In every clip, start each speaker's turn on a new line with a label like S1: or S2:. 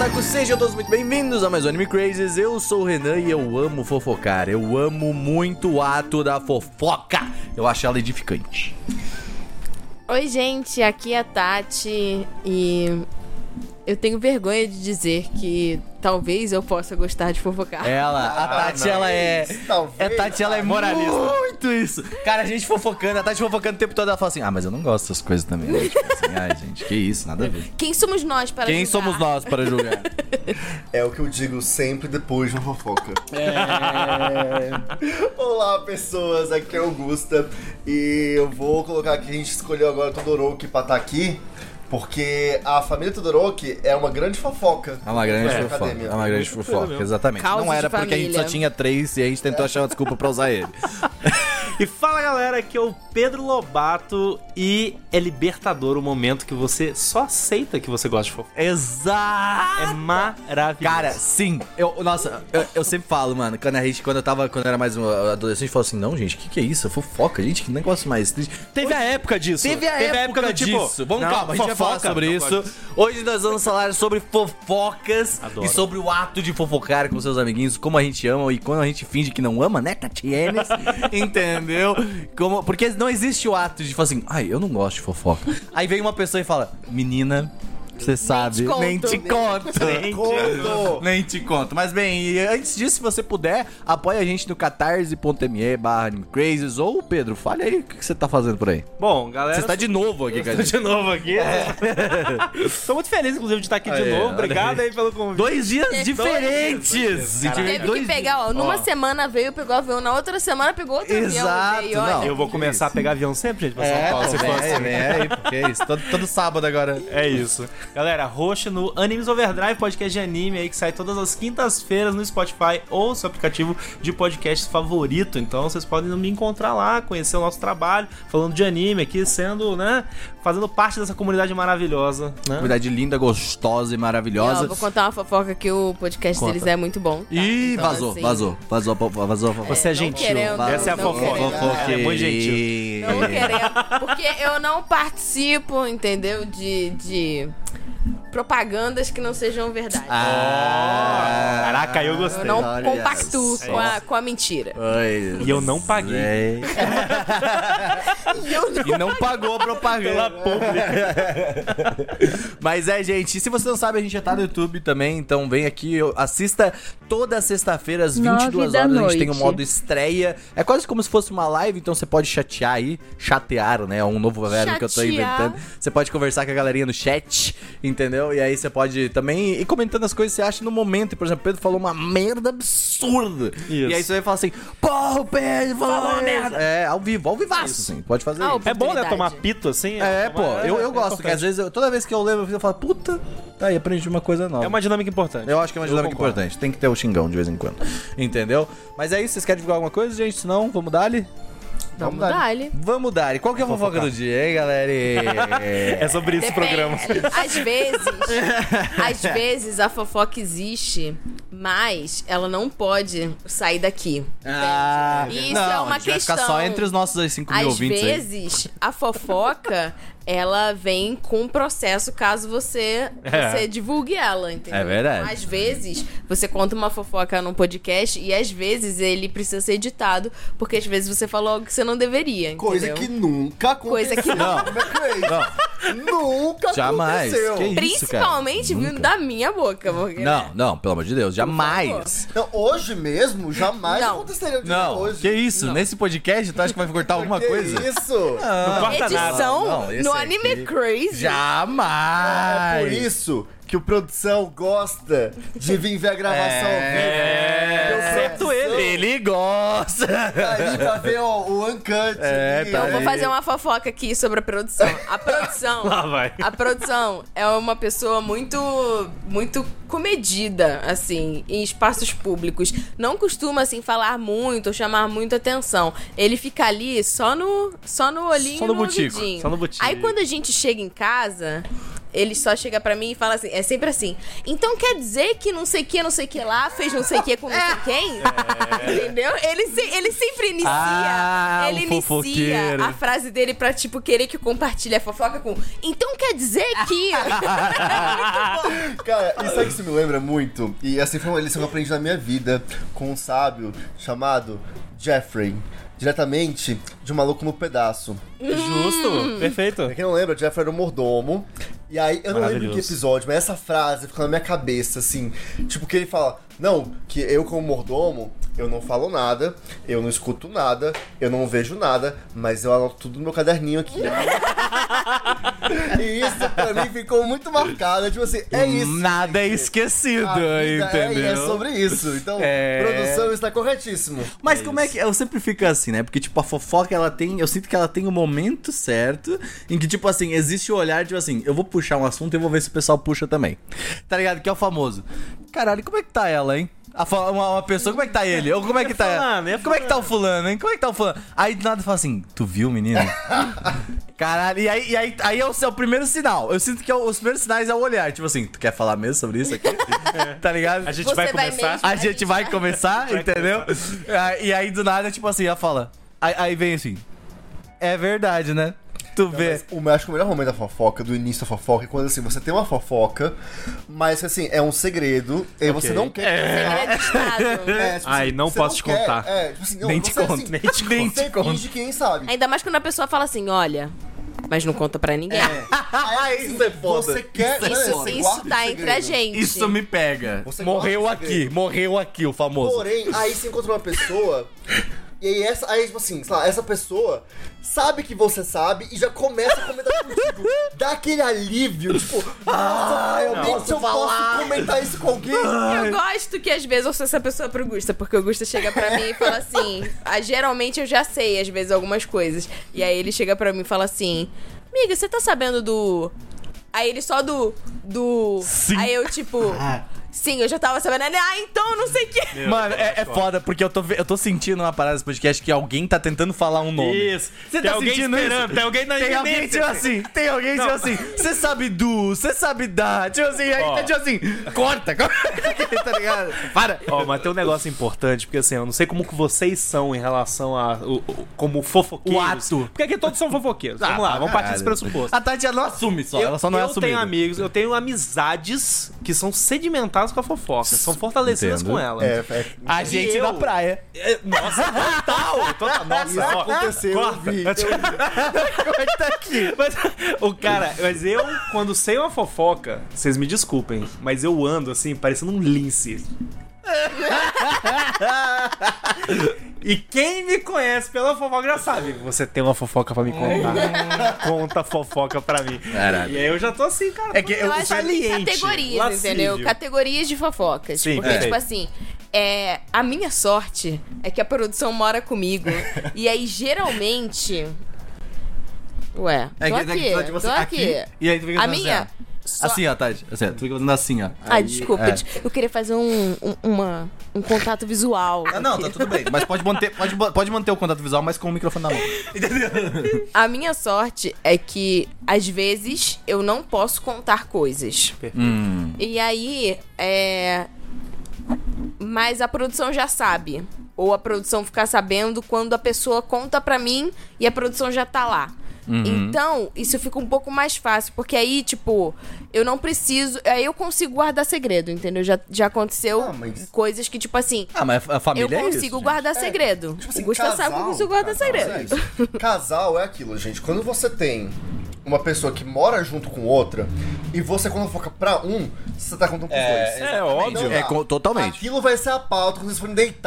S1: amigos, sejam todos muito bem-vindos a mais um Anime Crazes. Eu sou o Renan e eu amo fofocar. Eu amo muito o ato da fofoca. Eu acho ela edificante.
S2: Oi, gente, aqui é a Tati e eu tenho vergonha de dizer que talvez eu possa gostar de fofocar.
S1: Ela, a Tati, ela é. É
S3: Ah, Talvez. Ah,
S1: Tati, ela é moralista. Muito isso. Cara, a gente fofocando, a Tati fofocando o tempo todo, ela fala assim: Ah, mas eu não gosto dessas coisas também. né? Tipo assim, ai, gente, que isso, nada a ver.
S2: Quem somos nós para
S1: Quem
S2: julgar?
S1: somos nós para julgar?
S3: É o que eu digo sempre depois de uma fofoca.
S2: É.
S3: Olá, pessoas, aqui é o Augusta e eu vou colocar que a gente escolheu agora o Todoroki pra estar aqui. Porque a família Todoroki é uma grande fofoca.
S1: É uma grande
S3: É,
S1: fofoca.
S3: academia.
S1: É uma grande fofoca, exatamente.
S2: Causos
S1: não era
S2: de
S1: porque a gente só
S2: família.
S1: tinha três e a gente tentou achar uma desculpa pra usar ele.
S4: E fala galera, aqui é o Pedro Lobato e é libertador o momento que você só aceita que você gosta de fofoca.
S1: Exato!
S4: É maravilhoso.
S1: Cara, sim. Eu, nossa, eu, eu sempre falo, mano, quando a gente, quando eu tava, quando eu era mais um adolescente, eu falava assim, não, gente, o que, que é isso? Fofoca, gente, que negócio mais triste.
S4: teve a época disso.
S1: disso. tipo, Vamos,
S4: não,
S1: calma, a gente vai falar
S4: fofoca.
S1: sobre
S4: Não,
S1: isso. Hoje nós vamos falar sobre fofocas
S4: Adoro.
S1: e sobre o ato de fofocar com seus amiguinhos, como a gente ama e quando a gente finge que não ama, né, Tatienes? Entendeu? Como, porque não existe o ato de falar assim, ai, eu não gosto de fofoca. Aí vem uma pessoa e fala, menina, você sabe,
S2: conto.
S1: nem te conto.
S4: Gente,
S3: Conto!
S1: Nem te conto. Mas bem, e antes disso, se você puder, apoia a gente no catarse.me barra animecrazes. Ou, Pedro, fale aí o que que você tá fazendo por aí.
S4: Bom, galera,
S1: Você está de novo aqui,
S4: eu
S1: cara.
S4: tô tá de novo aqui. Tô muito feliz, inclusive, de estar aqui
S1: Aí,
S4: de
S1: olha
S4: novo. Obrigado aí pelo convite.
S1: Dois dias diferentes! E tive
S2: Teve
S1: dois
S2: que pegar, ó. Numa semana veio, pegou avião, na outra semana pegou outro
S1: Exato,
S2: avião. Veio, olha.
S1: não.
S4: Eu vou começar a pegar avião sempre, gente, pra
S1: É,
S4: São Paulo, se
S1: vem
S4: for
S1: aí,
S4: assim.
S1: vem aí, porque é isso. Todo, todo sábado agora.
S4: É isso. Galera, roxo no Animes Overdrive, podcast de anime aí que sai todas as quintas-feiras no Spotify ou seu aplicativo de podcast favorito. Então vocês podem me encontrar lá, conhecer o nosso trabalho, falando de anime aqui, sendo, né, fazendo parte dessa comunidade maravilhosa, né?
S1: Comunidade linda, gostosa e
S2: E, ó,
S1: maravilhosa.
S2: vou contar uma fofofoca que o podcast
S1: Conta.
S2: deles é muito bom. tá?
S1: Ih,
S2: Então,
S1: vazou,
S2: assim,
S1: vazou, vazou, vazou, vazou, vazou.
S4: Você é
S2: não
S4: gentil.
S2: querendo,
S4: Essa é a
S2: não
S4: fofoca.
S2: querendo.
S4: Ela é muito gentil.
S2: Não querendo. Porque eu não participo, entendeu? De, de propagandas que não sejam verdade.
S1: Ah,
S4: Caraca, eu
S2: eu
S4: gostei.
S2: não
S1: olha
S2: compactuo
S1: só.
S2: com a, com a mentira.
S1: Pois
S4: E eu não paguei.
S1: é.
S2: E eu não
S1: E não pagou a propaganda. Mas é, gente, se você não sabe, a gente já tá no YouTube também, então vem aqui, eu- assista toda sexta-feira às
S5: Nove
S1: 22
S5: da
S1: horas, a gente
S5: noite.
S1: tem o modo estreia. É quase como se fosse uma live, então você pode chatear aí, chatear, né? É um novo verbo que eu tô
S2: Chatear.
S1: inventando. Você pode conversar com a galerinha no chat, entendeu? E aí você pode também ir comentando as coisas que você acha no momento. E, Por exemplo, Pedro falou uma merda absurda.
S4: Isso.
S1: E aí você vai falar assim: "Porra, o Pedro falou, uma merda". É, ao vivo, ao vivaço, assim. Pode fazer.
S2: Ah,
S1: isso.
S2: o
S4: É bom, né,
S2: Oportunidade.
S4: tomar pito assim?
S1: É, pô,
S4: tomar-
S1: eu, eu gosto,
S4: é
S1: que às
S4: importante.
S1: vezes, eu- toda vez que eu lembro, eu falo, puta, tá aí, aprendi uma coisa nova.
S4: É uma dinâmica importante.
S1: Eu acho que é uma dinâmica
S4: concordo.
S1: importante, tem que ter o xingão de vez em quando, entendeu? Mas é isso, vocês querem divulgar alguma coisa, gente? Se não, vamos dar-lhe?
S2: Vamos dar-lhe.
S1: Vamos dar-lhe. Qual que é a fofoca do dia, hein, galera?
S4: É sobre esse
S2: Depende.
S4: programa.
S2: Às vezes, às vezes a fofoca existe, mas ela não pode sair daqui.
S1: Ah,
S2: Isso
S1: não,
S2: é uma
S1: a gente vai ficar
S2: questão.
S1: só entre os nossos 5 mil
S2: Às
S1: ouvintes aí.
S2: vezes, a fofoca, ela vem com um processo caso você,
S4: É.
S2: você divulgue ela, entendeu?
S1: É verdade.
S2: Então, às vezes, você conta uma fofoca num podcast e às vezes ele precisa ser editado, porque às vezes você falou algo que você não deveria, entendeu?
S3: Coisa que nunca
S2: Coisa
S3: aconteceu.
S2: que
S3: é
S2: não.
S3: Nunca
S1: Jamais.
S3: aconteceu.
S1: Que É isso, cara?
S2: Principalmente vindo da minha boca, porque... né?
S1: Não, não, pelo amor de Deus, jamais.
S3: Não, hoje mesmo, jamais
S2: Não.
S3: aconteceria o dia de
S1: Não,
S3: hoje.
S1: que isso?
S2: Não.
S1: Nesse podcast, tu acha que vai cortar alguma
S3: Que
S1: coisa?
S3: isso?
S4: Não corta nada.
S2: Ah. Edição
S1: Não, esse
S2: no
S1: aqui-
S2: Anime Crazy.
S1: Jamais!
S3: É por isso que o produção gosta de vir ver a gravação
S1: É.
S3: ao vivo.
S4: Exceto ele.
S1: Ele gosta!
S3: Tá ali pra ver ó, o Uncut.
S1: É,
S3: ali,
S1: tá
S3: ó.
S2: Eu vou
S1: Aí.
S2: fazer uma fofoca aqui sobre a produção. A produção.
S4: Lá vai.
S2: A produção é uma pessoa muito muito comedida, assim, em espaços públicos. Não costuma, assim, falar muito, chamar muito atenção. Ele fica ali só no, só no olhinho
S1: Só
S2: e
S1: no
S2: no
S1: butico,
S2: ouvidinho.
S4: só no butico.
S2: Aí quando a gente chega em casa... ele só chega pra mim e fala assim, é sempre assim. Então quer dizer que não sei o que, não sei o que lá, fez não sei o que com não sei quem? Entendeu? Ele, se- ele sempre inicia.
S1: Ah, o
S2: ele inicia
S1: fofoqueiro.
S2: a frase dele pra, tipo, querer que eu compartilhe a fofoca com. Então quer dizer que.
S3: Cara, e sabe que isso me lembra muito? E essa foi uma lição que eu aprendi na minha vida com um sábio chamado Jeffrey. Diretamente de um maluco no pedaço.
S2: Hum.
S4: Justo, perfeito.
S3: Pra quem não lembra, Jeffrey era um mordomo. E aí, eu não lembro que
S4: Maravilhoso.
S3: episódio, mas essa frase ficou na minha cabeça, assim. Tipo, que ele fala: Não, que eu, como mordomo, eu não falo nada, eu não escuto nada, eu não vejo nada, mas eu anoto tudo no meu caderninho aqui. e isso pra mim ficou muito marcado. Tipo assim, é isso.
S1: Nada é esquecido,
S3: A vida é-
S1: entendeu?
S3: É, sobre isso. Então,
S1: É.
S3: produção está corretíssimo.
S1: Mas como é que. Eu sempre fico assim, né? Porque, tipo, a fofoca, ela tem. Eu sinto que ela tem o momento certo em que, tipo assim, existe o olhar, tipo assim, eu vou puxar um assunto e eu vou ver se o pessoal puxa também. Tá ligado? Que é o famoso. Caralho, como é que tá ela, hein? A fa- uma, uma pessoa, como é que tá ele? Ou como é que tá
S4: fulano, é
S1: Como é que tá o fulano, hein? Como é que tá o fulano? Aí do nada fala assim, tu viu, menino? Caralho, e aí, e aí, aí é, o, é o primeiro sinal. Eu sinto que é o- os primeiros sinais é o olhar. Tipo assim, tu quer falar mesmo sobre isso aqui? tá ligado?
S4: A gente
S2: Você
S4: vai
S2: vai
S4: começar.
S2: mesmo?
S1: A gente vai começar, entendeu? Ah, E aí do nada, tipo assim, ela fala. Aí, aí vem assim. É verdade, né? Tu vê.
S3: Mas o, eu acho que o melhor momento da fofoca, do início da fofoca, é quando assim, você tem uma fofoca, mas assim, é um segredo, e você não
S2: Segredo
S3: quer.
S2: de Estado.
S3: É, tipo,
S4: Ai,
S3: assim,
S4: não
S3: você
S4: posso te
S3: quer,
S4: contar.
S3: É, tipo assim, não,
S1: Nem te
S3: você,
S1: conto,
S3: assim,
S4: nem te
S3: você
S4: conto.
S3: finge quem sabe.
S2: Ainda mais quando a pessoa fala assim, olha, mas não conta pra ninguém.
S3: Aí, assim,
S1: isso é foda.
S3: Você quer. né,
S2: Isso,
S3: você
S2: isso
S3: guarda
S2: tá
S3: esse
S2: entre a
S3: segredo.
S2: gente.
S1: Isso me pega.
S3: Você
S1: morreu
S3: gosta de
S1: aqui, morreu aqui o famoso.
S3: Porém, aí você encontra uma pessoa. E aí, essa, aí, tipo assim, sei lá, essa pessoa sabe que você sabe e já começa a comentar contigo. Dá aquele alívio, tipo, nossa, finalmente eu posso comentar isso com alguém.
S2: Eu gosto que às vezes eu sou essa pessoa pro Gusta, porque o Gusta chega pra mim e fala assim. ah, geralmente eu já sei, às vezes, algumas coisas. E aí ele chega pra mim e fala assim: Miga, você tá sabendo do. Aí ele só do. Do.
S1: Sim.
S2: Aí eu tipo. Sim, eu já tava sabendo. Ele, Ah, então não sei o que.
S1: Mano, é, é foda, porque eu tô, ve- eu tô sentindo uma parada desse podcast que alguém tá tentando falar um nome.
S4: Isso.
S1: Você
S4: tem
S1: tá
S4: alguém
S1: sentindo
S4: esperando,
S1: isso?
S4: tem alguém na
S1: Tem alguém,
S4: iminência,
S1: tipo assim, tem alguém, tipo
S4: Não.
S1: assim, você sabe do, você sabe da, tipo assim, aí
S4: Ó.
S1: tá tipo assim, corta, corta, tá ligado? Para.
S4: Ó, mas tem um negócio importante, porque assim, eu não sei como que vocês são em relação a. o- o- como fofoqueiros.
S1: O ato.
S4: Porque aqui todos são fofoqueiros.
S1: Ah,
S4: vamos lá, vamos partir desse
S1: caralho.
S4: pressuposto.
S1: A Tati ela não assume só, ela só não é
S4: eu
S1: assumida.
S4: tenho amigos, eu tenho amizades que são sedimentadas com a fofoca, são fortalecidas
S1: Entendo. É.
S4: com ela.
S3: É,
S1: A gente
S4: eu-
S1: da praia.
S4: É, Nossa, total! total
S3: Isso
S4: nossa, ó,
S3: aconteceu, eu
S4: corta.
S3: vi. Eu,
S1: Corta aqui.
S4: Mas, tá o cara, mas eu, quando sei uma fofoca, vocês me desculpem, mas eu ando assim, parecendo um lince. E quem me conhece pela fofoca já sabe. Você tem uma fofoca pra me contar. Conta a fofoca pra mim.
S1: Caralho.
S4: E aí eu já tô assim, cara.
S1: É que
S2: Eu acho que tem
S4: saliente,
S2: categorias,
S4: lascívio.
S2: entendeu? Categorias de fofocas.
S4: Sim,
S2: porque,
S4: é.
S2: tipo assim, é, a minha sorte é que a produção mora comigo. e aí, geralmente. Ué, tô
S1: É que- é que-
S2: aqui,
S1: é que você-
S2: tô aqui.
S1: E aí tu fica
S2: A
S1: fazendo
S2: minha.
S1: Assim, ó. Assim, ó, Tati. Assim, ó, tu fica fazendo assim, ó.
S2: Ah, desculpa,
S1: é.
S2: de- eu queria fazer um, um, uma- um contato visual.
S1: Ah, não, tá tudo bem. Mas pode manter, pode, pode manter o contato visual, mas com o microfone na mão.
S2: A minha sorte é que, às vezes, eu não posso contar coisas. E aí, é. Mas a produção já sabe. Ou a produção fica sabendo quando a pessoa conta pra mim e a produção já tá lá. Então, isso fica um pouco mais fácil, porque aí, tipo, eu não preciso. Aí eu consigo guardar segredo, entendeu? Já, já aconteceu
S3: Ah, mas- é
S2: coisas que, tipo assim,
S1: Ah, mas a família
S2: eu consigo guardar segredo.
S3: tipo assim,
S2: o Gustavo sabe que eu
S3: casal-
S2: consigo guardar
S3: casal,
S2: segredo.
S3: é isso. Casal é aquilo, gente. Quando você tem uma pessoa que mora junto com outra e você quando foca pra um, você tá contando pros dois.
S4: É óbvio.
S3: dá.
S1: É, co- totalmente.
S3: Aquilo vai ser a pauta quando vocês forem deitar.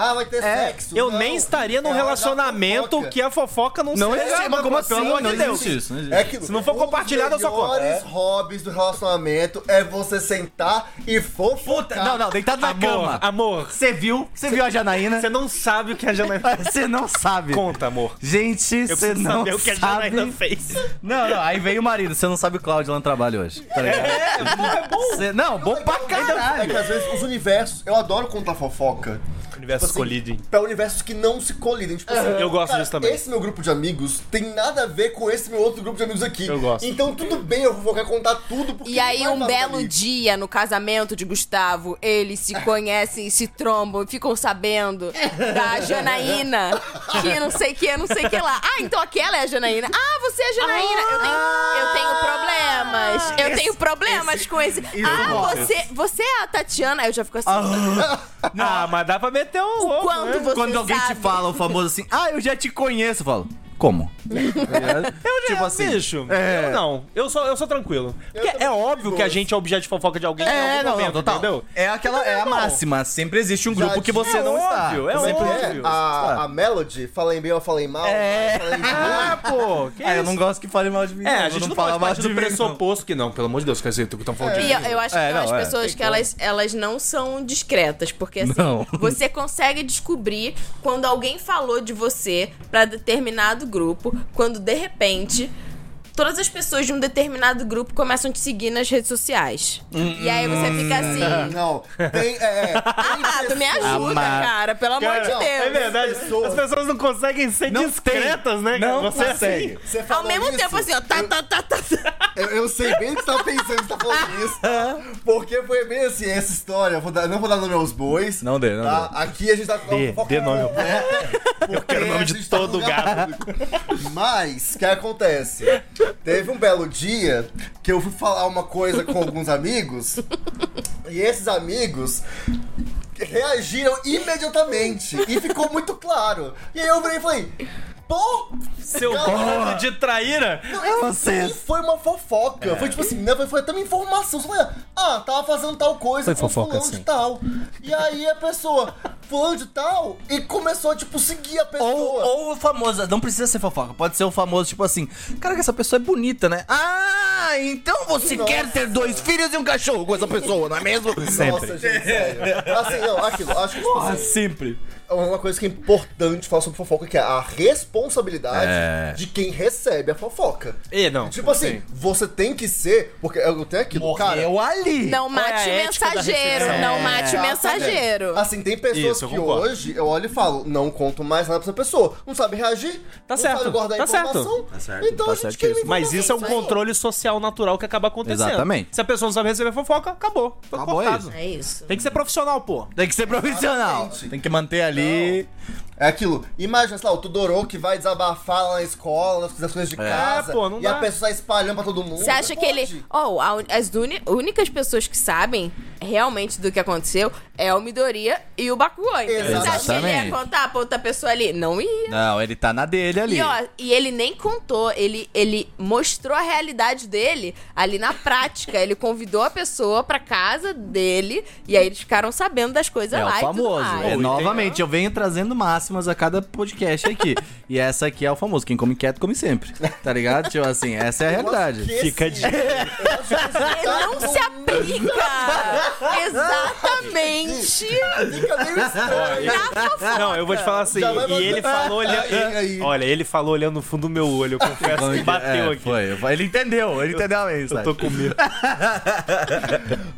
S3: Ah, vai ter sexo.
S4: Eu
S3: Não,
S4: nem estaria
S3: é
S4: num
S3: a hora da
S4: relacionamento
S3: fofoca.
S4: que a é fofoca não,
S1: Não
S4: seja,
S1: existe, mas como assim?
S4: é? pelo amor de
S1: Não
S4: Deus.
S1: existe isso, não existe.
S3: É aquilo.
S4: Se não for
S3: dos
S4: compartilhado, eu só conto.
S3: melhores hobbies do relacionamento é você sentar e fofocar.
S1: Puta, não, não, deitado na
S4: Amor,
S1: cama.
S4: amor,
S1: Você viu? Você viu a Janaína?
S4: você não sabe o que é a Janaína
S1: Você não sabe.
S4: conta, amor.
S1: Gente,
S4: Eu
S1: você
S4: preciso
S1: não
S4: saber o que a
S1: sabe.
S4: Janaína fez.
S1: Não, não, aí veio o marido. Você não sabe o Cláudio lá no trabalho hoje. Tá ligado? Cê- não, bom pra
S3: É que
S1: caralho.
S3: É às vezes os universos. Eu adoro contar fofoca.
S4: Universos
S3: tipo assim,
S4: colidem.
S3: Pra universos que não se colidem. Tipo assim,
S4: Eu gosto disso também.
S3: Esse meu grupo de amigos tem nada a ver com esse meu outro grupo de amigos aqui.
S4: Eu gosto.
S3: Então tudo bem, eu vou focar em contar tudo porque.
S2: E aí,
S3: não é vai
S2: um
S3: nada
S2: belo
S3: ali.
S2: dia, no casamento de Gustavo, eles se conhecem, se trombam e ficam sabendo da Janaína, que não sei que, não sei que lá. Ah, então aquela é a Janaína. Ah, você é a Janaína. Eu tenho, eu tenho problemas. Eu tenho problemas com esse. ah, você, você é a Tatiana. Aí Eu já fico assim.
S4: Ah, mas dá pra meter um louco,
S2: quanto
S4: né?
S2: você
S1: Quando alguém
S2: sabe?
S1: te fala o famoso assim, ah, eu já te conheço, eu falo, como? eu
S4: Tipo assim, bicho,
S1: é.
S4: eu não. Eu sou, eu sou tranquilo. Porque é óbvio que a gente é objeto de fofoca de alguém em
S1: É,
S4: algum
S1: não, não,
S4: momento,
S1: total.
S4: entendeu?
S1: É aquela, é a
S4: Não.
S1: máxima. Sempre existe um grupo
S3: Já
S1: que você
S3: tinha-
S1: não
S4: É
S1: está.
S4: óbvio, é
S1: Sempre
S4: óbvio.
S1: existe.
S3: É, a, a Melody, falei bem ou falei mal,
S1: É.
S3: falei
S4: Ah,
S3: ruim.
S4: pô, que
S1: Ah, eu
S4: isso?
S1: não gosto que fale mal de mim.
S4: É,
S1: eu
S4: a gente não,
S1: falo mal
S4: pode partir do
S1: mim, não.
S4: pressuposto que não, pelo amor de Deus, quer dizer, tu que tão falando de
S2: E eu, eu acho
S1: É,
S2: que
S1: não,
S2: são
S1: é,
S2: as pessoas que elas, elas não são discretas, porque assim,
S1: Não.
S2: você consegue descobrir quando alguém falou de você pra determinado grupo, quando de repente todas as pessoas de um determinado grupo começam a te seguir nas redes sociais.
S1: Hum,
S2: e aí você fica assim,
S3: Não, tem. É,
S2: ah, tu me ajuda,
S1: Amar.
S2: cara, pelo amor de
S4: Cara,
S2: Deus.
S4: É verdade,
S3: As pessoas-
S4: as pessoas não conseguem ser
S1: Não
S4: discretas,
S1: tem.
S4: né? cara?
S1: Não
S4: Você é
S1: consegue.
S4: assim.
S3: você
S2: Ao
S3: falou
S2: mesmo
S3: isso,
S2: tempo assim, ó, tá, tá, tá, tá, tá.
S3: Eu, eu sei bem o que você tá pensando, você tá falando isso. Porque foi bem assim, essa história. Eu vou dar- não vou dar nome aos bois.
S1: Não dê, não
S3: tá? Aqui a gente tá com
S4: Dê, dê nome ao-
S3: Eu
S4: quero o nome de todo
S3: gato. Mas, o que acontece? Teve um belo dia que eu fui falar uma coisa com alguns amigos. E esses amigos reagiram imediatamente. E ficou muito claro. E aí eu virei e falei... Pô,
S4: assim, Seu
S3: Não.
S4: bando de traíra.
S3: e foi uma fofoca. Foi tipo assim, né? Foi, foi até uma informação. Você fala, ah, tava fazendo tal coisa
S1: Foi
S3: com
S1: fofoca,
S3: fulano
S1: sim.
S3: de tal. E aí a pessoa, fulano de tal, e começou a, tipo, seguir a pessoa.
S1: Ou, ou o famoso, não precisa ser fofoca, pode ser o famoso, tipo assim, cara, que essa pessoa é bonita, né? Ah, então você
S3: Nossa.
S1: quer ter dois filhos e um cachorro com essa pessoa, não é mesmo?
S3: Nossa, gente, sério. Assim, não, aquilo, acho que tipo,
S1: Porra, Ah, sempre.
S3: é uma coisa que é importante falar sobre fofoca, que é a responsabilidade
S1: É.
S3: de quem recebe a fofoca.
S4: E não.
S3: Tipo assim, você tem que ser, porque eu tenho aquilo, cara.
S1: Morreu ali.
S2: Não mate
S4: a
S2: o
S4: ética da
S2: mensageiro,
S4: recepção.
S2: não mate o
S3: Exatamente.
S2: mensageiro.
S3: Assim, tem pessoas
S4: Isso, eu
S3: que
S4: concordo.
S3: hoje eu olho e falo, não conto mais nada pra essa pessoa. Não sabe reagir, não
S4: certo,
S3: sabe guardar
S4: tá
S3: informação.
S4: certo.
S1: Tá certo,
S3: Então
S1: tá
S3: a gente
S1: certo
S3: quer
S1: isso.
S4: Mas isso é um controle social natural que acaba acontecendo.
S1: Exatamente.
S4: Se a pessoa não sabe receber fofoca, acabou. Foi
S1: Acabou
S4: cortado.
S2: É isso.
S4: Tem que ser profissional, pô.
S1: Tem que ser profissional.
S3: Exatamente.
S1: Tem que manter ali.
S3: É aquilo. Imagina, sei lá, o Tudorô que vai desabafar lá na escola, nas coisas de casa.
S4: É, pô, não
S3: e
S4: dá.
S3: a pessoa sai espalhando pra todo mundo.
S2: Você acha que
S3: Pode.
S2: ele. Oh, a un- as uni- únicas pessoas que sabem realmente do que aconteceu é o Midoriya e o Bakugou. Então, Você acha que ele
S1: Exatamente.
S2: ia contar pra outra pessoa ali? Não ia.
S1: Não, ele tá na dele ali.
S2: E, ó, e ele nem contou, ele, ele mostrou a realidade dele ali na prática. Ele convidou a pessoa pra casa dele e aí eles ficaram sabendo das coisas
S1: É o
S2: lá. e tudo
S1: famoso.
S2: mais.
S1: É,
S4: Pô, e
S1: novamente, eu venho trazendo máximas a cada podcast aqui. e essa aqui é o famoso. Quem come quieto, come sempre. Tá ligado? Tipo assim, essa é a
S3: Eu acho que
S1: realidade.
S3: esse-
S4: Fica de-
S3: eu acho que esse
S2: Ele não se aplica! Exatamente!
S3: Fica meio estranho.
S4: Não, eu vou te falar assim.
S3: Ah, Já vai
S4: E ele
S3: mandar. Ah,
S4: falou olhando.
S3: Aí.
S4: Olha, ele falou olhando no fundo do meu olho. Eu confesso que bateu
S1: É,
S4: aqui.
S1: foi, foi. Ele entendeu, ele entendeu a mensagem.
S4: Tô com medo.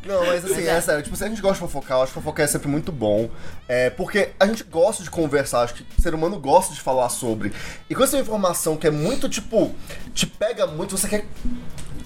S3: Não, mas assim, é sério, tipo, se a gente gosta de fofocar, eu acho que fofocar é sempre muito bom. É, porque a gente gosta de conversar, acho que o ser humano gosta de falar sobre. E quando você tem uma informação que é muito, tipo, te pega muito, você quer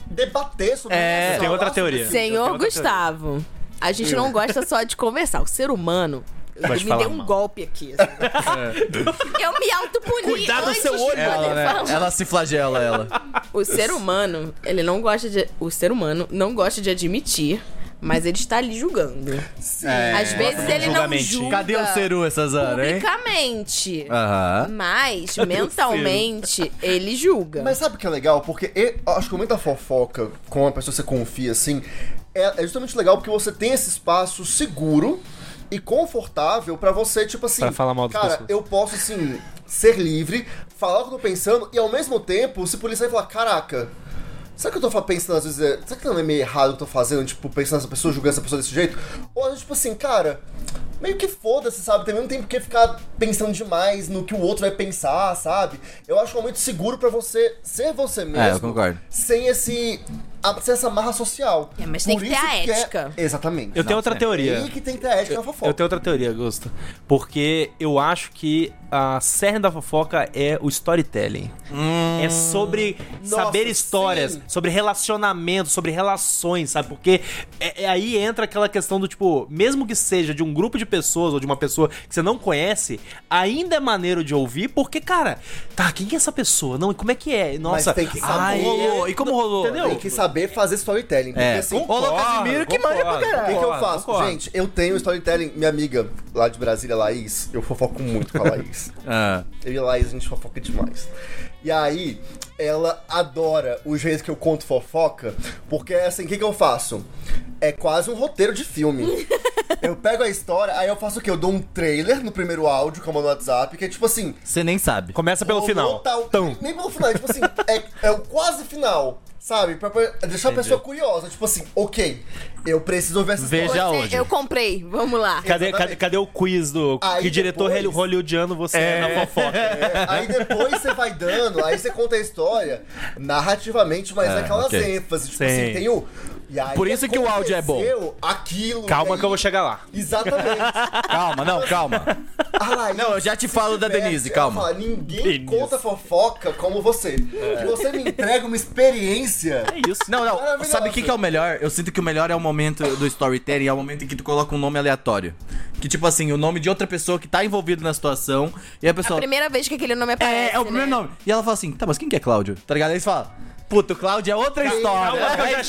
S3: debater sobre
S1: É,
S3: isso,
S4: tem outra
S3: falar sobre
S4: teoria.
S3: isso.
S4: Eu
S2: Senhor
S4: tenho outra
S2: Gustavo, a gente não gosta só de conversar. O ser humano.
S4: Gosta de
S2: me
S4: falar
S2: deu um
S4: mal.
S2: golpe aqui. assim.
S1: É.
S2: Eu me autopuni.
S4: Cuidado
S2: antes
S4: seu
S2: de
S4: olho,
S2: poder
S1: Ela, né?
S2: falar.
S1: Ela se flagela, ela.
S2: O ser humano, ele não gosta de. O ser humano não gosta de admitir, mas ele está ali julgando.
S3: Sim.
S2: Às vezes
S4: de
S2: ele não
S4: julgamento.
S2: julga.
S1: É. Cadê o Ceru essas horas, hein?
S2: Publicamente.
S1: Aham.
S2: Mas, mentalmente, ele julga.
S3: Mas sabe o que é legal? Porque eu acho que muita fofoca com uma pessoa que você confia assim é, é justamente legal porque você tem esse espaço seguro e confortável pra você, tipo assim.
S4: Pra falar mal das
S3: Cara,
S4: pessoas.
S3: eu posso, assim, ser livre, falar o que eu tô pensando e ao mesmo tempo se policiar e falar: caraca. Será que eu tô fa- pensando às vezes. é, Será que não é meio errado o que eu tô fazendo? Tipo, pensando nessa pessoa, julgando essa pessoa desse jeito? Ou às vezes, tipo assim, cara, meio que foda-se, sabe? Também não tem por que ficar pensando demais no que o outro vai um pensar, sabe? Eu acho que é muito seguro pra você ser você mesmo.
S1: eu concordo.
S3: Sem esse. a- ser essa marra social.
S2: É, mas tem
S3: Por
S2: que ter
S3: isso
S2: a
S3: que é-
S2: ética.
S3: Exatamente.
S4: Eu tenho outra teoria.
S3: Aí que tem que ter a ética na fofoca.
S4: Eu tenho outra teoria, Augusto. Porque eu acho que a cerne da fofoca é o storytelling. É sobre
S3: Hum. Nossa,
S4: saber histórias,
S3: sim.
S4: sobre relacionamentos, sobre relações, sabe? Porque é- é aí entra aquela questão do tipo, mesmo que seja de um grupo de pessoas ou de uma pessoa que você não conhece, ainda é maneiro de ouvir, porque, cara, tá, quem que é essa pessoa? Não, e como é que é? Nossa,
S3: tem que saber.
S4: ai,
S1: rolou.
S4: é-
S1: E como rolou?
S4: Entendeu?
S3: Tem que saber fazer storytelling. Porque
S1: É.
S3: assim,
S1: Ô, Lucas Casimiro, que manja pra
S3: O que, que eu faço? Gente, eu tenho storytelling. Minha amiga lá de Brasília, Laís, eu fofoco muito com a Laís.
S1: Ah.
S3: Eu e a Laís, a gente fofoca demais. E aí, ela adora o jeito que eu conto fofoca, porque assim, o que, que eu faço? É quase um roteiro de filme. Eu pego a história, aí eu faço o quê? Eu dou um trailer no primeiro áudio, como no WhatsApp, que é tipo assim,
S1: Você nem sabe.
S4: Começa pelo
S3: Rolou
S4: final.
S3: tal-
S4: Tão.
S3: Nem pelo final, é tipo assim, é, é o quase final, sabe? Pra, pra deixar a pessoa curiosa. Tipo assim, ok, eu preciso ver essa
S1: Veja
S3: história.
S1: Já
S2: Você-
S1: hoje.
S2: Eu comprei, vamos lá.
S4: Cadê,
S3: Exatamente.
S4: cadê, cadê o quiz do
S3: Aí
S4: que diretor
S3: depois-
S4: hollywoodiano você é, na fofoca?
S3: É, aí depois você vai dando, aí você conta a história narrativamente, mas
S1: Ah,
S3: é, aquelas
S1: ok.
S3: ênfases. Tipo
S4: Sim.
S3: assim, tem o. e aí
S1: Por isso que o áudio é bom.
S3: aconteceu Aquilo.
S4: Calma
S3: e
S4: que eu vou
S3: aí-
S4: chegar lá.
S3: Exatamente.
S1: Calma, não, calma.
S3: A Laís
S1: Não, eu já te
S3: se
S1: falo da
S3: diverte,
S1: Denise,
S3: ela
S1: calma. É.
S3: fala, Ninguém
S4: Denise.
S3: conta fofoca como você. Que Você me entrega uma experiência.
S4: É isso.
S1: Não, não.
S3: Maravilhoso.
S1: Sabe o que, que é o melhor? Eu sinto que o melhor é o momento do storytelling, é o momento em que tu coloca um nome aleatório. Que tipo assim, o nome de outra pessoa que tá envolvida na situação e a
S2: A
S1: pessoa.
S2: primeira vez que aquele nome
S1: É,
S2: aparece.
S1: é o primeiro
S2: né?
S1: nome. E ela fala assim: tá, mas quem que é Cláudio? Tá ligado? Aí você fala: puto, Cláudio é outra história.
S4: calma que eu já
S1: Aí-